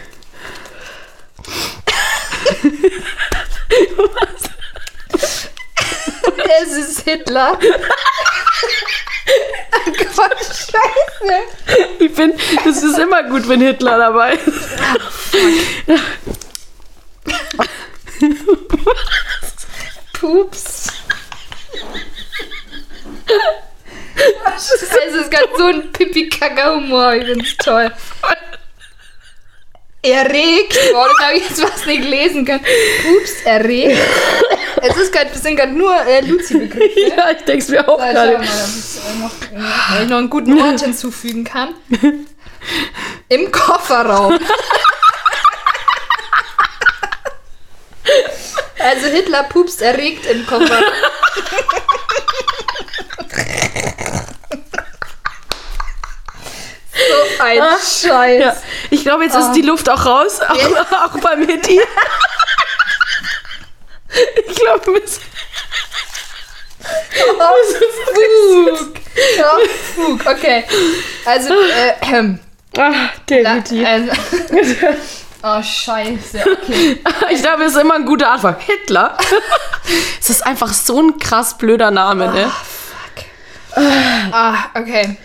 es ist Hitler. Oh Gott, scheiße. Ich bin, das ist immer gut, wenn Hitler dabei ist. Pups. Es ist gerade so ein pipi kaka humor ich find's toll. Erregt. Boah, das habe ich jetzt fast nicht lesen können. Pups, erregt. Es ist grad, das sind gerade nur äh, Luzi-Begriffe. Ja, ich denk's mir auch Mal schauen, gerade. mal, ob ich, äh, noch, äh, ob ich noch einen guten Ort hinzufügen kann. Im Kofferraum. Also Hitler pupst erregt im Kofferraum. So ein Scheiß. Ja. Ich glaube, jetzt ist die Luft auch raus, auch, auch beim Hitti. Ich glaube, wir sind- Oh, Fug. Oh, Fug. Okay. Also, äh, ähm, Ah, der da, Hitti. also, oh Scheiße. Okay. Ich glaube, es ist immer ein guter Anfang. Hitler. Es ist einfach so ein krass blöder Name, ne? Ah, okay.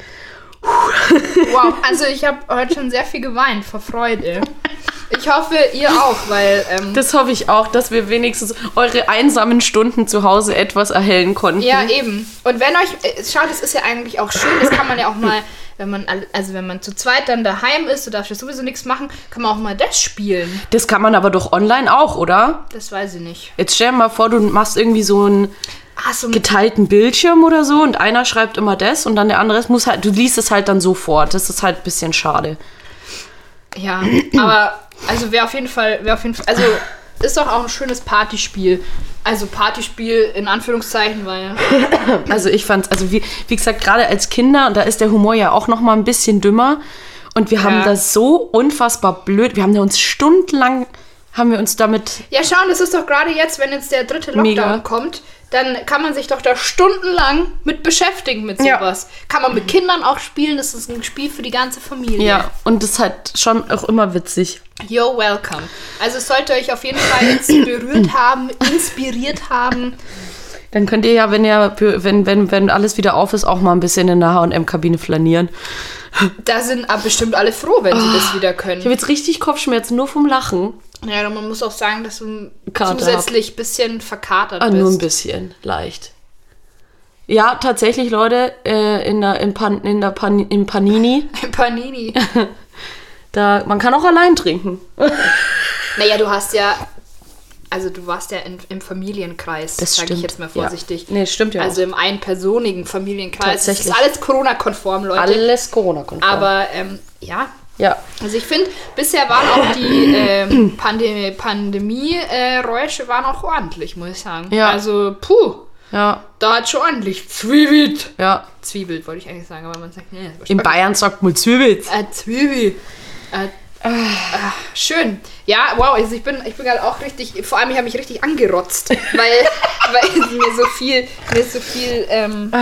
Wow, also ich habe heute schon sehr viel geweint vor Freude. Ich hoffe, ihr auch, weil ähm, Das hoffe ich auch, dass wir wenigstens eure einsamen Stunden zu Hause etwas erhellen konnten. Ja, eben. Und wenn euch, äh, schaut, es ist ja eigentlich auch schön, das kann man ja auch mal, wenn man, alle- also wenn man zu zweit dann daheim ist, du darfst ja sowieso nichts machen, kann man auch mal das spielen. Das kann man aber doch online auch, oder? Das weiß ich nicht. Jetzt stell dir mal vor, du machst irgendwie so einen Ah, so ein geteilten Bildschirm oder so und einer schreibt immer das und dann der andere es muss halt, du liest es halt dann so vor. Das ist halt ein bisschen schade. Ja, aber, also wäre auf jeden Fall, wäre auf jeden Fall, also ist doch auch ein schönes Partyspiel. Also Partyspiel in Anführungszeichen, weil Also ich fand's, also wie, wie gesagt, gerade als Kinder, und da ist der Humor ja auch noch mal ein bisschen dümmer. Und wir haben Ja. das so unfassbar blöd. Wir haben da uns stundenlang, haben wir uns damit, Ja, schauen, das ist doch gerade jetzt, wenn jetzt der dritte Lockdown Mega. kommt, dann kann man sich doch da stundenlang mit beschäftigen mit Ja. sowas. Kann man mit Kindern auch spielen, das ist ein Spiel für die ganze Familie. ja, und das ist halt schon auch immer witzig. You're welcome. Also es sollte euch auf jeden Fall jetzt berührt haben, inspiriert haben. Dann könnt ihr ja, wenn ihr, wenn, wenn, wenn alles wieder auf ist, auch mal ein bisschen in der H&M-Kabine flanieren. Da sind aber bestimmt alle froh, wenn sie Ah. das wieder können. Ich habe jetzt richtig Kopfschmerzen, nur vom Lachen. Ja, und man muss auch sagen, dass du Kater zusätzlich ein bisschen verkatert Ah, bist. nur ein bisschen, leicht. Ja, tatsächlich, Leute, äh, in der, im, Pan, in der Pan, im Panini, Ein Panini. da, man kann auch allein trinken. Naja, du hast ja. Also du warst ja in, im Familienkreis, Das sag ich stimmt, jetzt mal ja. vorsichtig. Nee, stimmt ja Also im einpersonigen Familienkreis. Das ist Tatsächlich. alles Corona-konform, Leute. Alles Corona-konform. Aber ähm, ja, Ja. also ich finde, bisher waren auch die ähm, Pandemie- Pandemie-Räusche waren auch ordentlich, muss ich sagen. Ja. Also, puh, Ja, da hat schon ordentlich Zwiebelt. ja. Zwiebelt wollte ich eigentlich sagen, aber man sagt, nee, In Bayern sagt man Zwiebitz. äh, Zwiebel. Äh, ah, schön. Ja, wow, also ich bin, ich bin gerade auch richtig, vor allem ich habe mich richtig angerotzt, weil, weil mir so viel, mir ist so viel, ähm,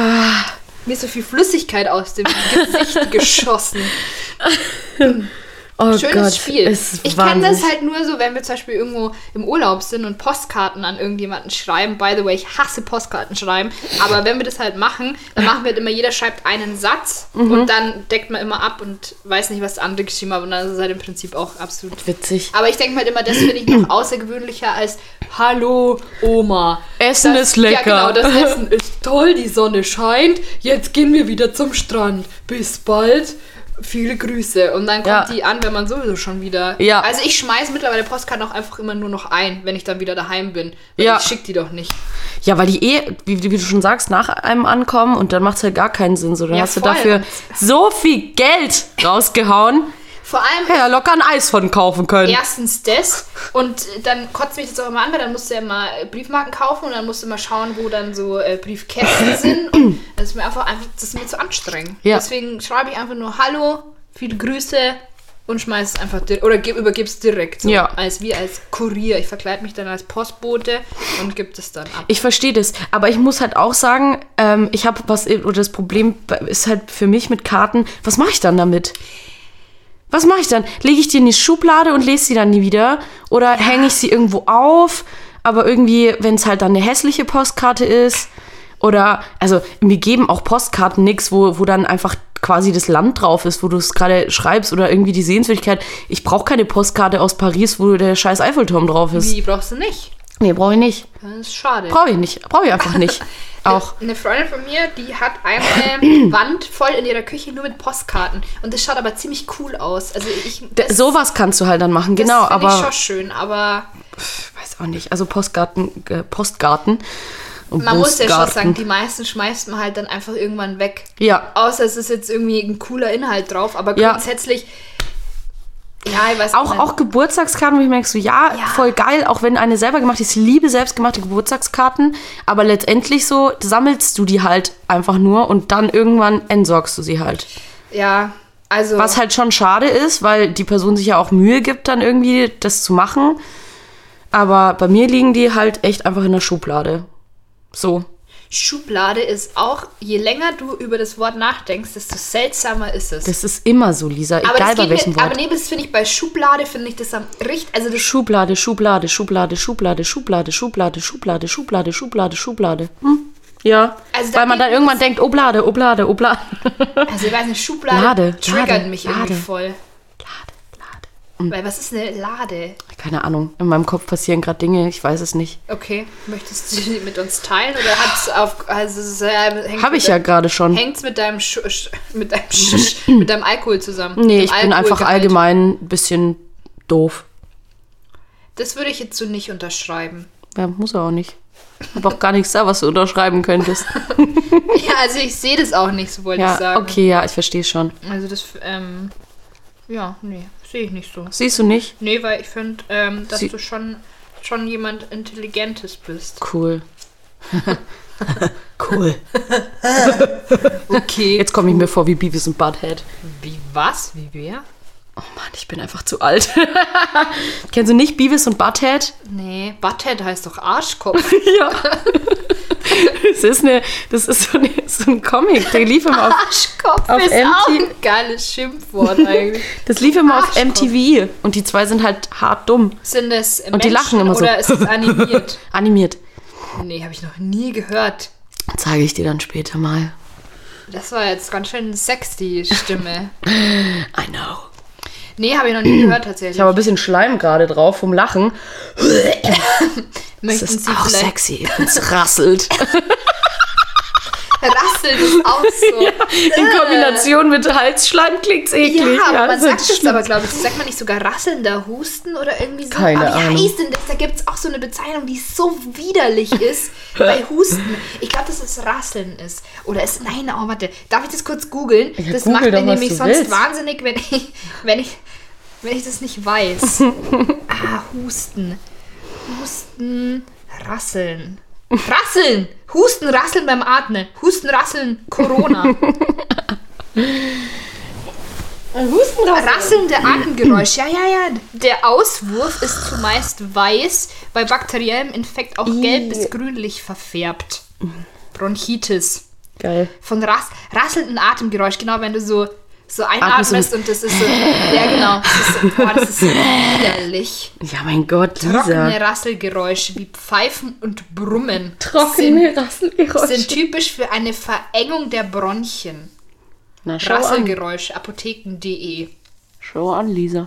mir ist so viel Flüssigkeit aus dem Gesicht geschossen. Oh Schönes Spiel. es ist ich kenne das wahnsinnig. halt nur so, wenn wir zum Beispiel irgendwo im Urlaub sind und Postkarten an irgendjemanden schreiben. By the way, ich hasse Postkarten schreiben. Aber wenn wir das halt machen, dann machen wir halt immer, jeder schreibt einen Satz Mhm. und dann deckt man immer ab und weiß nicht, was der andere geschrieben hat. Und dann ist es halt im Prinzip auch absolut. Witzig. Aber ich denke mal halt immer, das finde ich noch außergewöhnlicher als Hallo Oma. Essen das, ist lecker. Ja, genau, das Essen ist toll, die Sonne scheint. Jetzt gehen wir wieder zum Strand. Bis bald. Viele Grüße. Und dann kommt Ja. die an, wenn man sowieso schon wieder. Ja. Also ich schmeiße mittlerweile Postkarten auch einfach immer nur noch ein, wenn ich dann wieder daheim bin. Weil Ja. Ich schick die doch nicht. Ja, weil die eh, wie, wie du schon sagst, nach einem ankommen und dann macht es halt gar keinen Sinn. So, dann Ja, hast du voll. dafür so viel Geld rausgehauen. Vor allem Ja, locker ein Eis von kaufen können. erstens das und dann kotzt mich das auch immer an, weil dann musst du ja immer äh, Briefmarken kaufen und dann musst du immer schauen, wo dann so äh, Briefkästen sind. Und das ist mir einfach, einfach das ist mir zu anstrengend. Ja. Deswegen schreibe ich einfach nur Hallo, viele Grüße und schmeiß es einfach dir- oder geb, übergib's direkt so, Ja. als wie als Kurier. Ich verkleide mich dann als Postbote und gebe das dann ab. Ich verstehe das, aber ich muss halt auch sagen, ähm, ich habe was oder das Problem ist halt für mich mit Karten. Was mache ich dann damit? Was mache ich dann? Lege ich die in die Schublade und lese sie dann nie wieder oder hänge ich sie irgendwo auf? Aber irgendwie, wenn es halt dann eine hässliche Postkarte ist oder also mir geben auch Postkarten nix, wo wo dann einfach quasi das Land drauf ist, wo du es gerade schreibst oder irgendwie die Sehenswürdigkeit. Ich brauche keine Postkarte aus Paris, wo der scheiß Eiffelturm drauf ist. Die brauchst du nicht. Nee, brauche ich nicht. Das ist schade. Brauche ich nicht. Brauche ich einfach nicht. Auch. Eine Freundin von mir, die hat eine Wand voll in ihrer Küche nur mit Postkarten. Und das schaut aber ziemlich cool aus. Also ich. das- Sowas kannst du halt dann machen, genau. das finde ich Aber schon schön, aber ich weiß auch nicht. Also Postgarten, äh, Postgarten. Und man muss ja schon Brustgarten. sagen, die meisten schmeißt man halt dann einfach irgendwann weg. Ja. Außer es ist jetzt irgendwie ein cooler Inhalt drauf, aber Ja. grundsätzlich. Ja, ich weiß Auch, nicht. auch Geburtstagskarten, wo ich merke, so ja, Ja. voll geil, auch wenn eine selber gemacht ist. Ich liebe selbstgemachte Geburtstagskarten, aber letztendlich so sammelst du die halt einfach nur und dann irgendwann entsorgst du sie halt. Ja, also. Was halt schon schade ist, weil die Person sich ja auch Mühe gibt, dann irgendwie das zu machen. Aber bei mir liegen die halt echt einfach in der Schublade. So. Schublade ist auch, je länger du über das Wort nachdenkst, desto seltsamer ist es. Das ist immer so, Lisa, aber egal das bei geht welchem mir, aber Wort. nee, das finde ich bei Schublade, finde ich das am richtig, also das Schublade, Schublade, Schublade, Schublade, Schublade, Schublade, Schublade, Schublade, Schublade, Schublade. Hm? Ja. Also da Weil man geht dann irgendwann denkt, Oblade, Oblade, Oblade. Also ich weiß nicht, Schublade Lade, triggert Lade, mich irgendwie Lade. voll. Lade, Lade. Weil was ist eine Lade? Keine Ahnung. In meinem Kopf passieren gerade Dinge, ich weiß es nicht. Okay, möchtest du die mit uns teilen oder hat's auf also es, äh, hängt Habe ich ja gerade schon. hängt's mit deinem Sch Sch- mit deinem Sch mit deinem Alkohol zusammen? Nee, Mit ich dem bin einfach Alkoholgehalt? allgemein ein bisschen doof. Das würde ich jetzt so nicht unterschreiben. Ja, muss er auch nicht. Habe auch gar nichts da, was du unterschreiben könntest. Ja, also ich sehe das auch nicht, so wollte ich Ja, sagen. okay, ja, ich verstehe schon. Also das ähm ja, nee, sehe ich nicht so. Siehst du nicht? Nee, weil ich finde, ähm, dass Sie- du schon schon jemand intelligentes bist. Cool. cool. Okay. Jetzt komme ich mir vor wie Beavis und Butthead. Wie was? Wie wer? Oh Mann, ich bin einfach zu alt. Kennst du nicht Beavis und Butthead? Nee, Butthead heißt doch Arschkopf. Ja. das ist eine, das ist so, eine, so ein Comic, der lief immer auf, Arschkopf Auf ist auch MTV. ein geiles Schimpfwort eigentlich. das lief immer auf Arschkopf. MTV und die zwei sind halt hart dumm, Sind es Menschen die lachen immer so. oder ist es animiert? animiert. Nee, habe ich noch nie gehört. Zeige ich dir dann später mal. Das war jetzt ganz schön sexy Stimme. I know. Nee, habe ich noch nie gehört tatsächlich. Ich habe ein bisschen Schleim gerade drauf vom Lachen. Das Möchten ist Sie auch vielleicht sexy, es rasselt. rasseln ist auch so. In Kombination mit Halsschleim klingt's Ja, eklig. aber man das sagt das stimmt. aber, glaube ich. Sagt man nicht sogar rasselnder Husten oder irgendwie so? Keine aber wie Ahnung. heißt denn das? Da gibt es auch so eine Bezeichnung, die so widerlich ist bei Husten. Ich glaube, dass es Rasseln ist. Oder ist. Nein, oh, warte. Darf ich das kurz googeln? Ja, das google macht doch, mir was nämlich du sonst willst. wahnsinnig, wenn ich, wenn ich, wenn ich das nicht weiß. ah, Husten. Husten, Rasseln. Rasseln! Husten, Rasseln beim Atmen. Husten, Rasseln, Corona. Rasselnde Atemgeräusch, ja, ja, ja. Der Auswurf ist zumeist weiß, bei bakteriellem Infekt auch gelb bis grünlich verfärbt. Bronchitis. Geil. Von ras rasselnden Atemgeräusch, genau, wenn du so, so Atmest einatmest und das ist so. Ja, genau. Das ist, so- boah, das ist so widerlich. Ja, mein Gott, Trockene Lisa. Rasselgeräusche wie Pfeifen und Brummen sind, sind Rasselgeräusche. typisch für eine Verengung der Bronchien. Na, schau an. Rasselgeräusch, apotheken.de. Schau an, Lisa.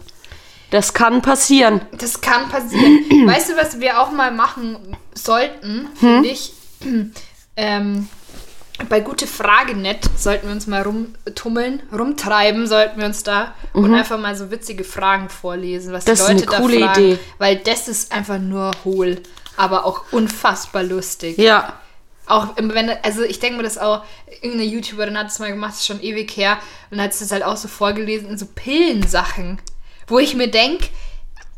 Das kann passieren. Das kann passieren. weißt du, was wir auch mal machen sollten, Hm? finde ich? Ähm, bei gute Frage nett sollten wir uns mal rumtummeln, rumtreiben sollten wir uns da und einfach mal so witzige Fragen vorlesen, was Mhm. Das ist die eine Leute coole da fragen, Idee. weil das ist einfach nur hohl, aber auch unfassbar lustig. Ja. Auch im- wenn, also ich denke mir das auch, irgendeine YouTuberin hat es mal gemacht, ist schon ewig her, und hat es das halt auch so vorgelesen in so Pillensachen, wo ich mir denke,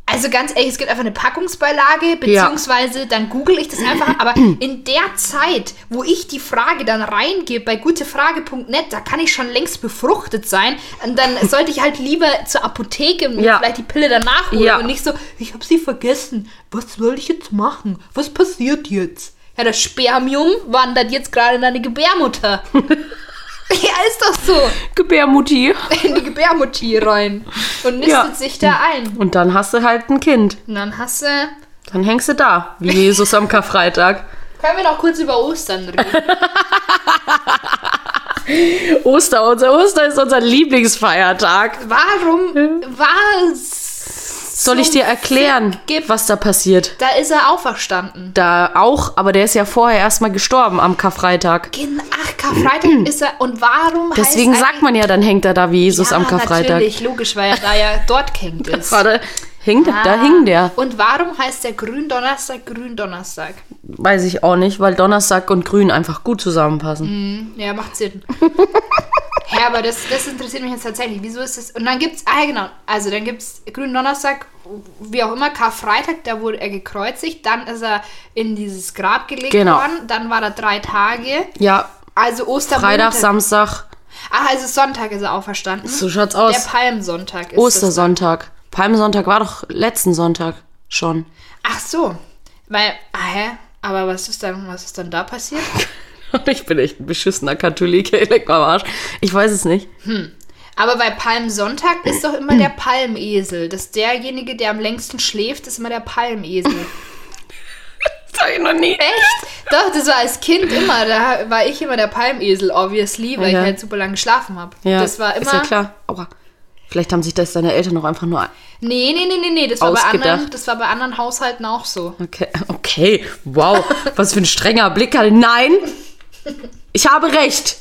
also ganz ehrlich, es gibt einfach eine Packungsbeilage, Ja. beziehungsweise dann google ich das einfach, aber in der Zeit, wo ich die Frage dann reingebe bei gutefrage.net, da kann ich schon längst befruchtet sein, und dann sollte ich halt lieber zur Apotheke und mir Ja. vielleicht die Pille danach holen Ja. und nicht so, ich habe sie vergessen, was soll ich jetzt machen, was passiert jetzt? Ja, das Spermium wandert jetzt gerade in deine Gebärmutter. ja, ist doch so. Gebärmutti. In die Gebärmutter rein. Und nistet Ja. sich da ein. Und dann hast du halt ein Kind. Und dann hast du Dann hängst du da, wie Jesus am Karfreitag. Können wir noch kurz über Ostern reden? Oster, unser Oster ist unser Lieblingsfeiertag. Warum was? Soll ich dir erklären, Gib- was da passiert? Da ist er auferstanden. Da auch, aber der ist ja vorher erstmal gestorben am Karfreitag. Gen- Ach, Karfreitag ist er. Und warum Deswegen heißt sagt man ja, dann hängt er da wie Jesus ja, am Karfreitag. Natürlich, logisch, weil er da ja dort hängt ist. Warte, hing, da Ah. hing der. Und warum heißt der Gründonnerstag Gründonnerstag? Weiß ich auch nicht, weil Donnerstag und Grün einfach gut zusammenpassen. Ja, macht Sinn. ja, aber das, das interessiert mich jetzt tatsächlich. Wieso ist das? Und dann gibt's, ah ja, genau, also dann gibt's Grünen Donnerstag, wie auch immer, Karfreitag, da wurde er gekreuzigt, dann ist er in dieses Grab gelegt Genau. worden, dann war er drei Tage, Ja, also Ostermontag. Freitag, Samstag, Ach, also Sonntag ist er auferstanden. so schaut's Der aus. Palmsonntag ist das. Ostersonntag. Palmsonntag war doch letzten Sonntag schon. Ach so, weil, ah hä? Aber was ist dann, was ist dann da passiert? Ich bin echt ein beschissener Katholik, ey, leck mal am Arsch. Ich weiß es nicht. Aber bei Palmsonntag ist doch immer der Palmesel. Das ist derjenige, der am längsten schläft, ist immer der Palmesel. Das hab ich noch nie. Echt? Doch, das war als Kind immer. Da war ich immer der Palmesel, obviously, weil Ja. ich halt super lange geschlafen habe. Ja, das war immer. Ist ja klar. Aua. Vielleicht haben sich das deine Eltern noch einfach nur. Nee, nee, nee, nee, nee. Das war, bei Ausgedacht. anderen, das war bei anderen Haushalten auch so. Okay, okay. wow, was für ein strenger Blick. hat- Nein, ich habe recht.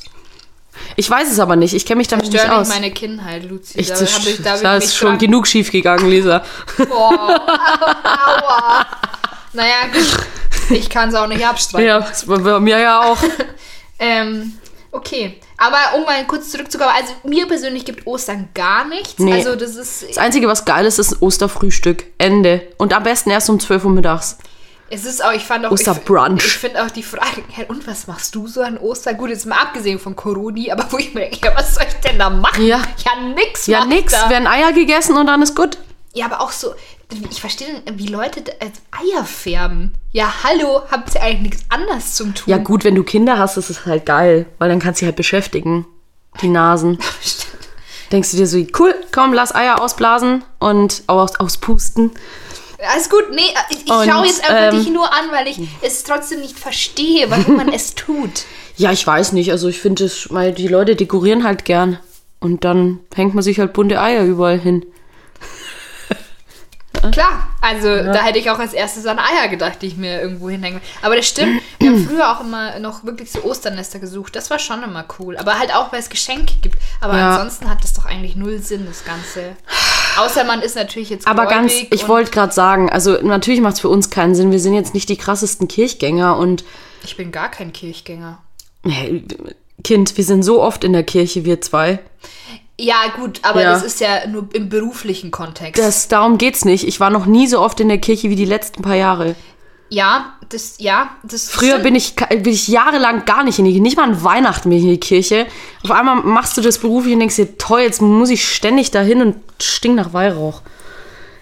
Ich weiß es aber nicht. Ich kenne mich damit nicht Störe aus. nicht meine Kindheit, Luzi. ich, da das, hab ich, da hab da ich ist mich schon dran- genug schief gegangen, Lisa. Naja, gut. Ich kann es auch nicht abstreiten. Ja, das war bei mir ja auch. Ähm, okay. Aber um mal kurz zurückzukommen, also mir persönlich gibt Ostern gar nichts. Nee. Also das ist, Das Einzige, was geil ist, ist ein Osterfrühstück. Ende. Und am besten erst um 12 Uhr mittags. es ist auch, ich fand auch, ich, Osterbrunch. ich finde auch die Frage, "Herr, und was machst du so an Ostern? Gut, jetzt mal abgesehen von Corona, aber wo ich mir denke, ja, was soll ich denn da machen? Ja. ja nix. Ja, macht nix. Da. Werden Eier gegessen und dann ist gut. Ja, aber auch so, ich verstehe, nicht, wie Leute da- als Eier färben. Ja, hallo, habt ihr eigentlich nichts anderes zum tun? Ja, gut, wenn du Kinder hast, ist es halt geil, weil dann kannst du sie halt beschäftigen. Die Nasen. Stimmt. Denkst du dir so, cool, komm, lass Eier ausblasen und aus, auspusten. Alles gut, nee, ich, ich Und, schaue jetzt einfach ähm, dich nur an, weil ich es trotzdem nicht verstehe, warum man es tut. Ja, ich weiß nicht. Also ich finde es, weil die Leute dekorieren halt gern. Und dann hängt man sich halt bunte Eier überall hin. Klar, also da hätte ich auch als erstes an Eier gedacht, die ich mir irgendwo hinhänge. Aber das stimmt, wir haben früher auch immer noch wirklich so Osternester gesucht. Das war schon immer cool. Aber halt auch, weil es Geschenke gibt. Aber Ja. ansonsten hat das doch eigentlich null Sinn, das Ganze. Außer man ist natürlich jetzt Aber ganz, gläubig ich und- wollte gerade sagen, also natürlich macht es für uns keinen Sinn. Wir sind jetzt nicht die krassesten Kirchgänger und Ich bin gar kein Kirchgänger. Hey, Kind, wir sind so oft in der Kirche, wir zwei. Ja, gut, aber Ja. das ist ja nur im beruflichen Kontext. Das, darum geht's nicht. Ich war noch nie so oft in der Kirche wie die letzten paar Jahre. ja, das, ja, das Früher bin ich, ka- bin ich jahrelang gar nicht in die Kirche. Nicht mal an Weihnachten bin ich in die Kirche. Auf einmal machst du das beruflich und denkst dir, toll, jetzt muss ich ständig dahin und stink nach Weihrauch.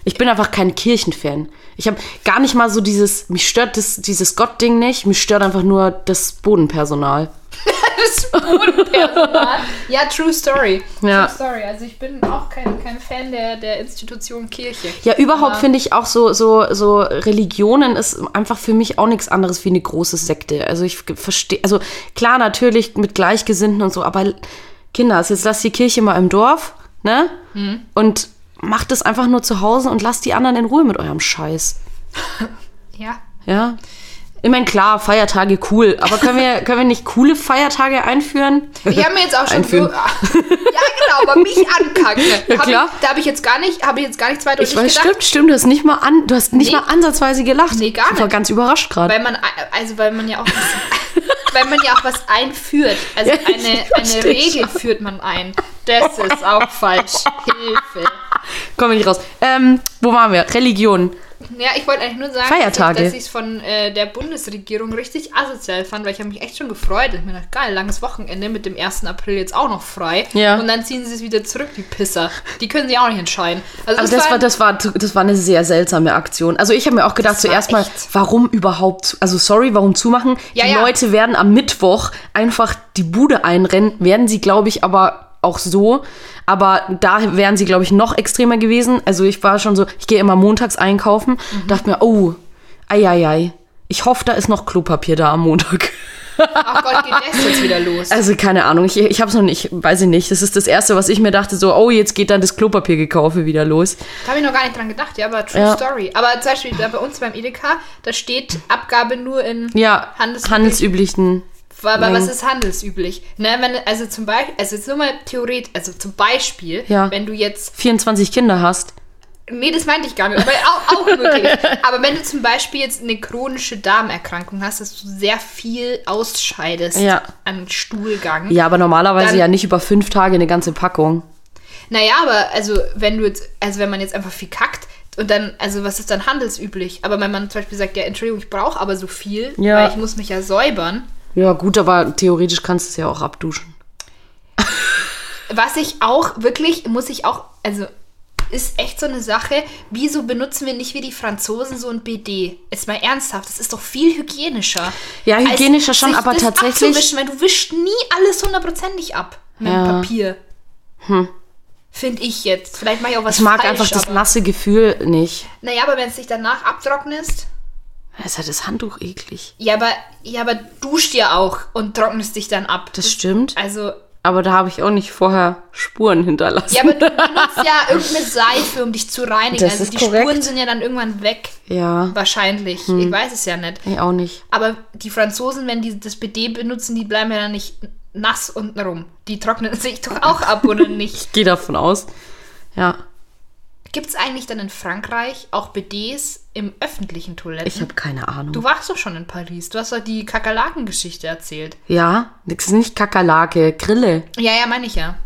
Ich bin einfach kein Kirchenfan. Ich habe gar nicht mal so dieses, mich stört das, dieses Gott-Ding nicht, mich stört einfach nur das Bodenpersonal. das Bodenpersonal. ja, true story. Ja. True story. Also ich bin auch kein, kein Fan der, der Institution Kirche. Ja, überhaupt Aber- finde ich auch so, so, so Religionen ist einfach für mich auch nichts anderes wie eine große Sekte. Also ich verstehe, also klar, natürlich mit Gleichgesinnten und so, aber Kinder, also jetzt lass die Kirche mal im Dorf, ne? Mhm. Und macht es einfach nur zu Hause und lasst die anderen in Ruhe mit eurem Scheiß. Ja. Ja. Ich meine, klar, Feiertage cool, aber können wir, können wir nicht coole Feiertage einführen? Ich habe mir jetzt auch schon so, ja Einführen. genau, aber mich ankacken. Ja, Hab klar. Ich, da habe ich jetzt gar nicht, habe ich jetzt gar nichts weiter Ich weiß, stimmt, stimmt, du hast nicht mal an, du hast nicht Nee. mal ansatzweise gelacht. Nee, gar Ich war nicht. ganz überrascht gerade. Weil man, also weil man ja auch was, weil man ja auch was einführt. Also Ja, ich eine, eine versteh's Regel führt man ein. Das ist auch falsch. Hilfe. Komm nicht raus. Ähm, wo waren wir? Religion. Ja, ich wollte eigentlich nur sagen, Feiertage. dass ich es von äh, der Bundesregierung richtig asozial fand, weil ich habe mich echt schon gefreut. Ich mir dachte, geil, langes Wochenende mit dem 1. April jetzt auch noch frei. Ja. Und dann ziehen sie es wieder zurück, die Pisser. Die können sich auch nicht entscheiden. Also Aber das war, das war, das war eine sehr seltsame Aktion. Also ich habe mir auch gedacht, war zuerst mal, echt. warum überhaupt, also sorry, warum zumachen? Ja, die ja. Leute werden am Mittwoch einfach die Bude einrennen, werden sie, glaube ich, aber auch so. Aber da wären sie, glaube ich, noch extremer gewesen. Also ich war schon so, ich gehe immer montags einkaufen, Mhm. dachte mir, oh, ei, ei, ei. Ich hoffe, da ist noch Klopapier da am Montag. Ach Gott, geht das jetzt wieder los. Also keine Ahnung, ich, ich habe es noch nicht, weiß ich nicht. Das ist das Erste, was ich mir dachte, so, oh, jetzt geht dann das Klopapiergekaufe wieder los. Da habe ich noch gar nicht dran gedacht, ja, aber True Ja. Story. Aber zum Beispiel da bei uns beim Edeka, da steht Abgabe nur in Ja, Handelsmittel. handelsüblichen. Aber was Mengen. ist handelsüblich? Ne, wenn, also zum Beispiel, also jetzt nur mal theoretisch, also zum Beispiel, Ja. wenn du jetzt 24 Kinder hast. Nee, das meinte ich gar nicht, aber auch, auch möglich. Aber wenn du zum Beispiel jetzt eine chronische Darmerkrankung hast, dass du sehr viel ausscheidest Ja. an Stuhlgang. Ja, aber normalerweise Dann- ja nicht über fünf Tage eine ganze Packung. Naja, aber also wenn du jetzt, also wenn man jetzt einfach viel kackt und dann, also was ist dann handelsüblich? Aber wenn man zum Beispiel sagt, ja, Entschuldigung, ich brauche aber so viel, Ja. weil ich muss mich ja säubern. Ja, gut, aber theoretisch kannst du es ja auch abduschen. Was ich auch wirklich, muss ich auch, also ist echt so eine Sache, wieso benutzen wir nicht wie die Franzosen so ein BD? Ist mal ernsthaft, das ist doch viel hygienischer. Ja, als hygienischer schon, sich aber das tatsächlich- abzuwischen, Weil du wischst nie alles hundertprozentig ab mit Ja. dem Papier. Hm. Finde ich jetzt. Vielleicht mache ich auch was Ich mag falsch, einfach das aber, nasse Gefühl nicht. Naja, aber wenn es dich danach abtrocknest, Da Ist ja das Handtuch eklig. ja, aber, ja, aber duscht ja auch und trocknest dich dann ab. Das stimmt. Also, Aber da habe ich auch nicht vorher Spuren hinterlassen. Ja, aber du benutzt ja irgendeine Seife, um dich zu reinigen. Das also ist die korrekt. Hm. Spuren sind ja dann irgendwann weg. Ja, Wahrscheinlich. Ich weiß es ja nicht. ich auch nicht. Aber die Franzosen, wenn die das BD benutzen, die bleiben ja dann nicht nass unten rum. Die trocknen sich doch auch ab, oder nicht? Ich gehe davon aus. Ja, Gibt es eigentlich dann in Frankreich auch BDs im öffentlichen Toiletten? ich habe keine Ahnung. du warst doch schon in Paris. Du hast doch die Kakerlaken-Geschichte erzählt. Ja, das ist nicht Kakerlake, Grille. Ja, ja, meine ich ja.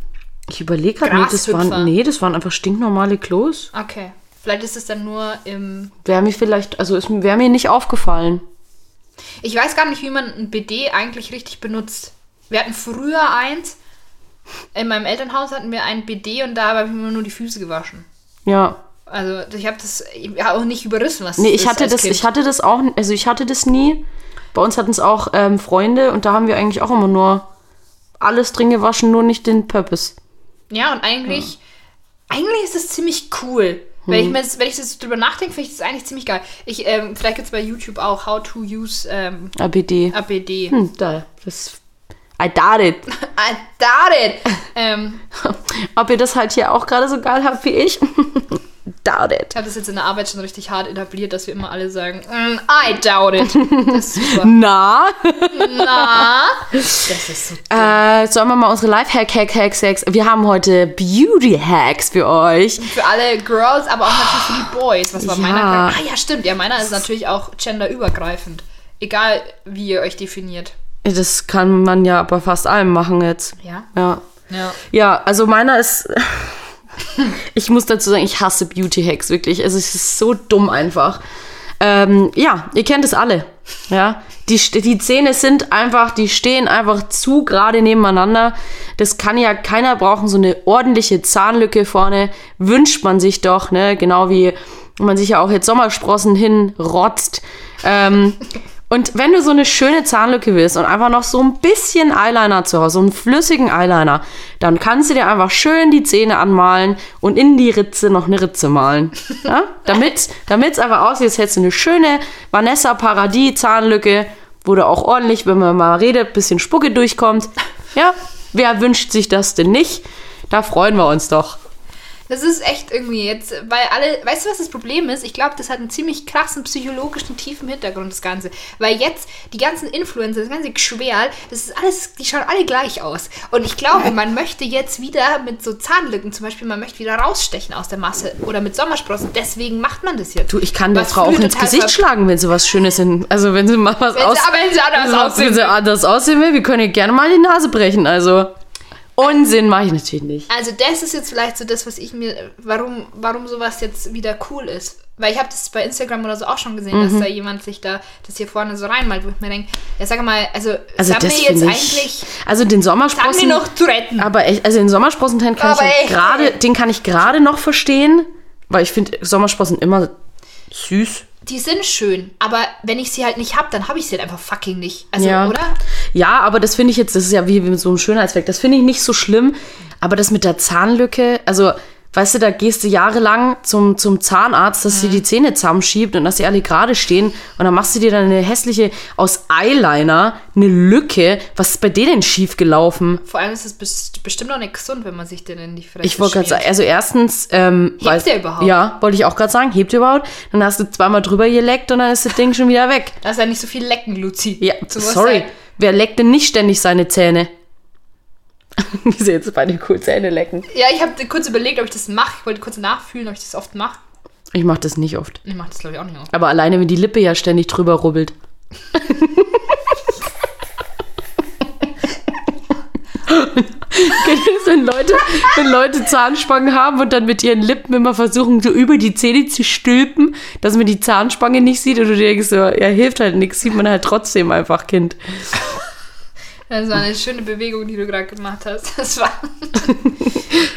Ich überlege gerade, nee, das Grashüpfer. waren nee, das waren einfach stinknormale Klos. Okay. Vielleicht ist es dann nur im. Wäre mir vielleicht, also es wäre mir nicht aufgefallen. Ich weiß gar nicht, wie man ein BD eigentlich richtig benutzt. Wir hatten früher eins. In meinem Elternhaus hatten wir ein BD und da habe ich mir nur die Füße gewaschen. Ja. Also ich habe das ich hab auch nicht überrissen, was Nee, das ich ist hatte als das, Kind. ich hatte das auch, also ich hatte das nie. Bei uns hatten es auch ähm, Freunde und da haben wir eigentlich auch immer nur alles drin gewaschen, nur nicht den Purpose. Ja, und eigentlich, eigentlich ist es ziemlich cool. Hm. Wenn ich mir das, wenn ich das drüber nachdenke, finde ich das eigentlich ziemlich geil. Ich, ähm, vielleicht gibt es bei YouTube auch How to use ähm, ABD. ABD. Hm, da, das. I did it. I got it! ähm, Ob ihr das halt hier auch gerade so geil habt wie ich? doubt it. ich habe das jetzt in der Arbeit schon richtig hart etabliert, dass wir immer alle sagen, mm, I doubt it. Das ist super. Na? Na, das ist so. Äh, sollen wir mal unsere Lifehack-Hack-Hacks? Wir haben heute Beauty-Hacks für euch. Für alle Girls, aber auch natürlich für die Boys. Was war Ja. meiner? Ah ja, stimmt. Ja, meiner ist natürlich auch genderübergreifend. Egal, wie ihr euch definiert. Das kann man ja bei fast allem machen jetzt. Ja. Ja. Ja. Ja, also meiner ist. ich muss dazu sagen, ich hasse Beauty-Hacks, wirklich. Also es ist so dumm einfach. Ähm, ja, ihr kennt es alle. Ja. Die, St- die Zähne sind einfach, die stehen einfach zu gerade nebeneinander. Das kann ja keiner brauchen, so eine ordentliche Zahnlücke vorne. Wünscht man sich doch, ne? Genau wie man sich ja auch jetzt Sommersprossen hinrotzt. Ähm, und wenn du so eine schöne Zahnlücke willst und einfach noch so ein bisschen Eyeliner zu Hause, so einen flüssigen Eyeliner, dann kannst du dir einfach schön die Zähne anmalen und in die Ritze noch eine Ritze malen. Ja? Damit es einfach aussieht, als hättest du eine schöne Vanessa Paradis Zahnlücke, wo du auch ordentlich, wenn man mal redet, ein bisschen Spucke durchkommt. Ja, wer wünscht sich das denn nicht? Da freuen wir uns doch. Das ist echt irgendwie jetzt, weil alle, weißt du, was das Problem ist? Ich glaube, das hat einen ziemlich krassen psychologischen, tiefen Hintergrund, das Ganze. Weil jetzt die ganzen Influencer, das ganze Geschwerl, das ist alles, die schauen alle gleich aus. Und ich glaube, man möchte jetzt wieder mit so Zahnlücken zum Beispiel, man möchte wieder rausstechen aus der Masse oder mit Sommersprossen. Deswegen macht man das jetzt. Du, ich kann der Was Frau auch früher ins total Gesicht ver- schlagen, wenn sie was Schönes hin. Also wenn sie mal was Wenn sie- aus. aber wenn sie anders mal- aussehen Wenn sie anders aussehen will, wir können ihr gerne mal die Nase brechen. Also Unsinn mache ich natürlich nicht. Also das ist jetzt vielleicht so das, was ich mir, warum, warum sowas jetzt wieder cool ist. Weil ich habe das bei Instagram oder so auch schon gesehen, Mhm. dass da jemand sich da das hier vorne so reinmalt, wo ich mir denke, ja sag mal, also, Also sagen das wir jetzt finde eigentlich, ich. Also den sagen wir Sommersprossen. noch zu retten. Aber echt, also den Sommersprossenteil kann Aber ich echt. ja gerade, den kann ich gerade noch verstehen, weil ich finde Sommersprossen immer süß. Die sind schön, aber wenn ich sie halt nicht habe, dann habe ich sie halt einfach fucking nicht. Also, Ja. oder? Ja, aber das finde ich jetzt, das ist ja wie mit so einem Schönheitsfleck. Das finde ich nicht so schlimm. Aber das mit der Zahnlücke, also, weißt du, da gehst du jahrelang zum, zum Zahnarzt, dass Mhm. sie die Zähne zusammenschiebt und dass sie alle gerade stehen. Und dann machst du dir dann eine hässliche, aus Eyeliner, eine Lücke. Was ist bei dir denn schief gelaufen? Vor allem ist es best bestimmt auch nicht gesund, wenn man sich den in die Fresse Ich wollte gerade schmiert. sagen, also erstens, ähm, hebt der überhaupt? Ja, wollte ich auch gerade sagen, hebt der überhaupt. Dann hast du zweimal drüber geleckt und dann ist das Ding schon wieder weg. Da ist ja nicht so viel lecken, Luzi. Ja, Du musst sorry. Halt, Wer leckt denn nicht ständig seine Zähne? Die sind jetzt beide cool Zähne lecken. ja, ich habe kurz überlegt, ob ich das mache. Ich wollte kurz nachfühlen, ob ich das oft mache. Ich mache das nicht oft. Ich mache das, glaube ich, auch nicht oft. Aber alleine, wenn die Lippe ja ständig drüber rubbelt. Kennt ihr das, wenn Leute, wenn Leute Zahnspangen haben und dann mit ihren Lippen immer versuchen, so über die Zähne zu stülpen, dass man die Zahnspange nicht sieht und du denkst so, ja, hilft halt nichts, sieht man halt trotzdem einfach, Kind. Das war eine schöne Bewegung, die du gerade gemacht hast. Das war,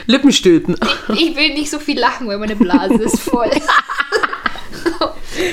Lippenstülpen. ich will nicht so viel lachen, weil meine Blase ist voll.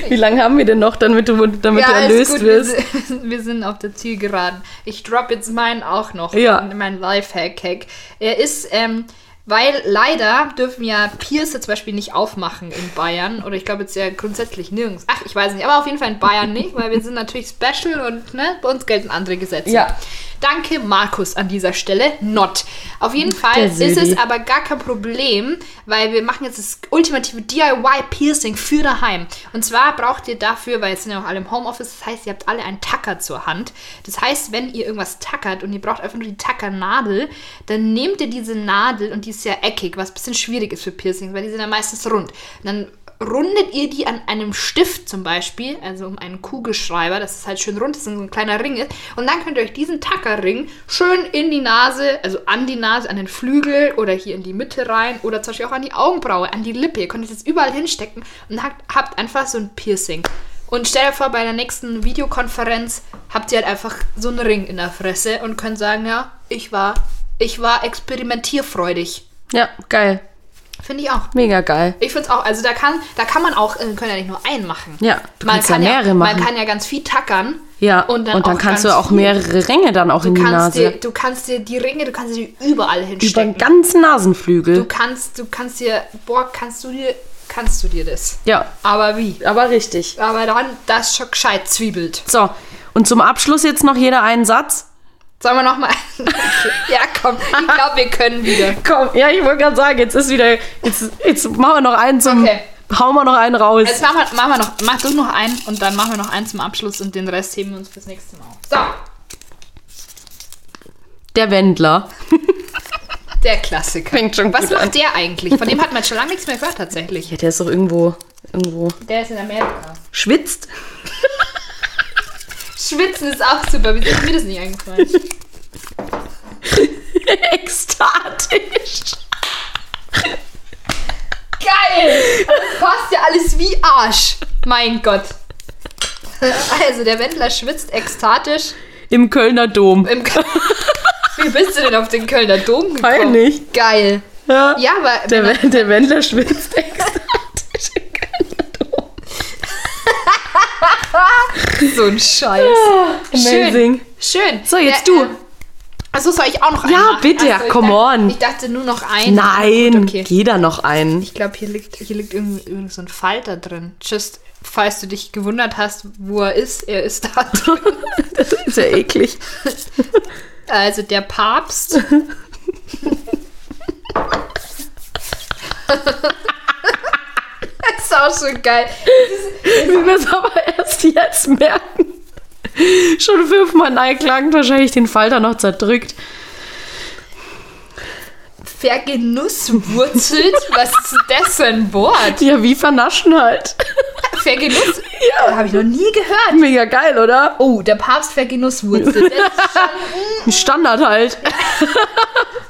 Wie lange haben wir denn noch, damit du, damit du ist erlöst gut, wir wirst? sind, wir sind auf der Zielgeraden. Ich drop jetzt meinen auch noch, Ja. mein Lifehack-Hack. Er ist, ähm, weil leider dürfen ja Pierce zum Beispiel nicht aufmachen in Bayern. Oder ich glaube jetzt ja grundsätzlich nirgends. Ach, ich weiß nicht, aber auf jeden Fall in Bayern nicht, weil wir sind natürlich special und ne, bei uns gelten andere Gesetze. Ja. Danke, Markus, an dieser Stelle. Not. Auf jeden Fall Der ist Södi. es aber gar kein Problem, weil wir machen jetzt das ultimative DIY-Piercing für daheim. Und zwar braucht ihr dafür, weil jetzt sind ja auch alle im Homeoffice, das heißt, ihr habt alle einen Tacker zur Hand. Das heißt, wenn ihr irgendwas tackert und ihr braucht einfach nur die Tackernadel, dann nehmt ihr diese Nadel und die ist ja eckig, was ein bisschen schwierig ist für Piercings, weil die sind ja meistens rund. Und dann rundet ihr die an einem Stift zum Beispiel, also um einen Kugelschreiber, dass es halt schön rund ist und so ein kleiner Ring ist. Und dann könnt ihr euch diesen Tackerring schön in die Nase, also an die Nase, an den Flügel oder hier in die Mitte rein oder zum Beispiel auch an die Augenbraue, an die Lippe. Ihr könnt es jetzt überall hinstecken und habt, habt einfach so ein Piercing. Und stell dir vor, bei der nächsten Videokonferenz habt ihr halt einfach so einen Ring in der Fresse und könnt sagen, ja, ich war, ich war experimentierfreudig. Ja, geil. Finde ich auch. Mega geil. Ich finde es auch, also da kann, da kann man auch, äh, können ja nicht nur einen machen. Ja, du man kannst ja kann mehrere machen. Man kann ja ganz viel tackern. Ja, und dann, auch kannst ganz du auch viel. mehrere Ränge dann auch in Du die kannst, Nase. dir, du kannst dir die Ringe, du kannst dir die überall Über hinstecken. den ganzen Du Nasenflügel. kannst, du kannst dir, boah, kannst du dir, kannst du dir das. Ja, Aber wie? aber richtig. Aber dann, das ist schon gescheit zwiebelt. So, und zum Abschluss jetzt noch jeder einen Satz. Sollen wir nochmal? ja, komm, ich glaube, wir können wieder. Komm, ja, ich wollte gerade sagen, jetzt ist wieder, jetzt, jetzt machen wir noch einen zum, Okay. Also hauen wir noch einen raus. Jetzt machen wir, machen wir noch, mach du noch einen und dann machen wir noch einen zum Abschluss und den Rest heben wir uns fürs nächste Mal auf. So, Der Wendler. der Klassiker. Fängt schon Was gut macht an. der eigentlich? Von dem hat man schon lange nichts mehr gehört, tatsächlich. Ja, der ist doch irgendwo, irgendwo Der ist in Amerika. schwitzt. Schwitzen ist auch super. Wieso ist mir das nicht eingefallen? Ekstatisch. Geil! Das passt ja alles wie Arsch. Mein Gott. Also, der Wendler schwitzt ekstatisch Im Kölner Dom. im Kö- Wie bist du denn auf den Kölner Dom gekommen? Weiß nicht. Geil. Ja. Ja, aber Der, Wen- der Wendler schwitzt ekstatisch im Kölner Dom. so ein Scheiß. Amazing. Schön. Schön. So, jetzt Ja, du. äh, Achso, soll ich auch noch einen Ja, machen? bitte, Ach so, ich come dachte, on. Ich dachte nur noch einen. Nein, äh, Gut, okay. geh da noch einen. Ich glaube, hier liegt, hier liegt irgend, irgend so ein Falter drin. Just, falls du dich gewundert hast, wo er ist, er ist da drin. Das ist ja eklig. Also der Papst. das ist auch schon geil. Wie wir es aber erst jetzt merken. Schon fünfmal nein wahrscheinlich den Falter noch zerdrückt. Vergenusswurzelt? Was ist denn das für ein Wort? Ja, wie vernaschen halt. Vergenuss? Ja. Habe ich noch nie gehört. Mega geil, oder? Oh, der Papst vergenusswurzelt. Das ist schon- Ein Standard halt.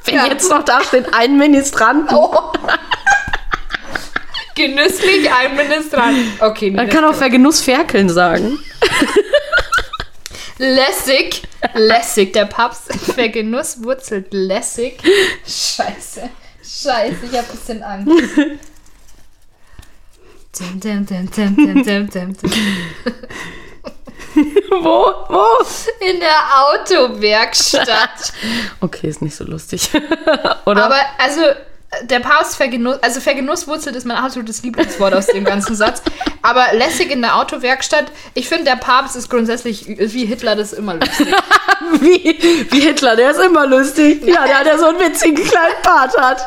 Wenn Ja. jetzt noch da steht, ein Ministranten. Oh. Genüsslich ein Ministrant. Okay, nee, Man das kann auch Vergenuss ferkeln sagen. Lässig. Lässig. Der Papst für Genuss wurzelt lässig. Scheiße. Scheiße, ich hab ein bisschen Angst. Dim, dim, dim, dim, dim, dim, dim, dim. Wo? Wo? In der Autowerkstatt. Okay, ist nicht so lustig. Oder? Aber also der Papst vergenuss, also vergenuss wurzelt ist mein absolutes Lieblingswort aus dem ganzen Satz. Aber lässig in der Autowerkstatt. Ich finde, der Papst ist grundsätzlich wie Hitler das ist immer lustig. wie, wie Hitler, der ist immer lustig. Ja, der hat ja so einen witzigen kleinen Part hat.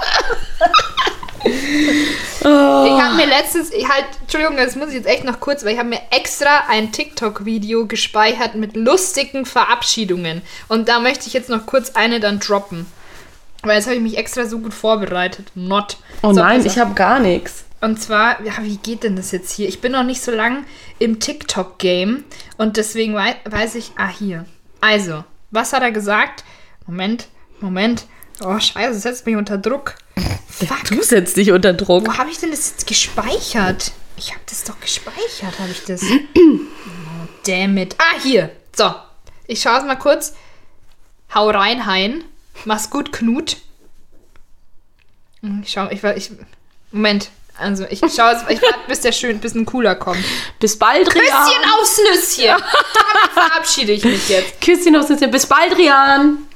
Oh. Ich habe mir letztens, ich halt, Entschuldigung, das muss ich jetzt echt noch kurz, weil ich habe mir extra ein TikTok-Video gespeichert mit lustigen Verabschiedungen. Und da möchte ich jetzt noch kurz eine dann droppen. Weil jetzt habe ich mich extra so gut vorbereitet. Not. Oh So, nein, pass ich habe gar nichts. und zwar, ja, wie geht denn das jetzt hier? Ich bin noch nicht so lang im TikTok-Game und deswegen wei weiß ich, ah, hier. Also, was hat er gesagt? Moment, Moment. Oh, scheiße, das setzt mich unter Druck. Fuck, Du setzt dich unter Druck. wo habe ich denn das jetzt gespeichert? Ich habe das doch gespeichert, habe ich das. Oh, damn it. Ah, hier. So, ich schaue es mal kurz. Hau rein, Hein. Mach's gut, Knut. Hm, Ich schau, ich, war- ich Moment. Also, ich schaue es, ich warte, bis der schön, bis ein cooler kommt. Bis bald, Rian. Bisschen aufs Nüsschen. Damit verabschiede ich mich jetzt. Küsschen aufs Nüsschen. Bis bald, Rian.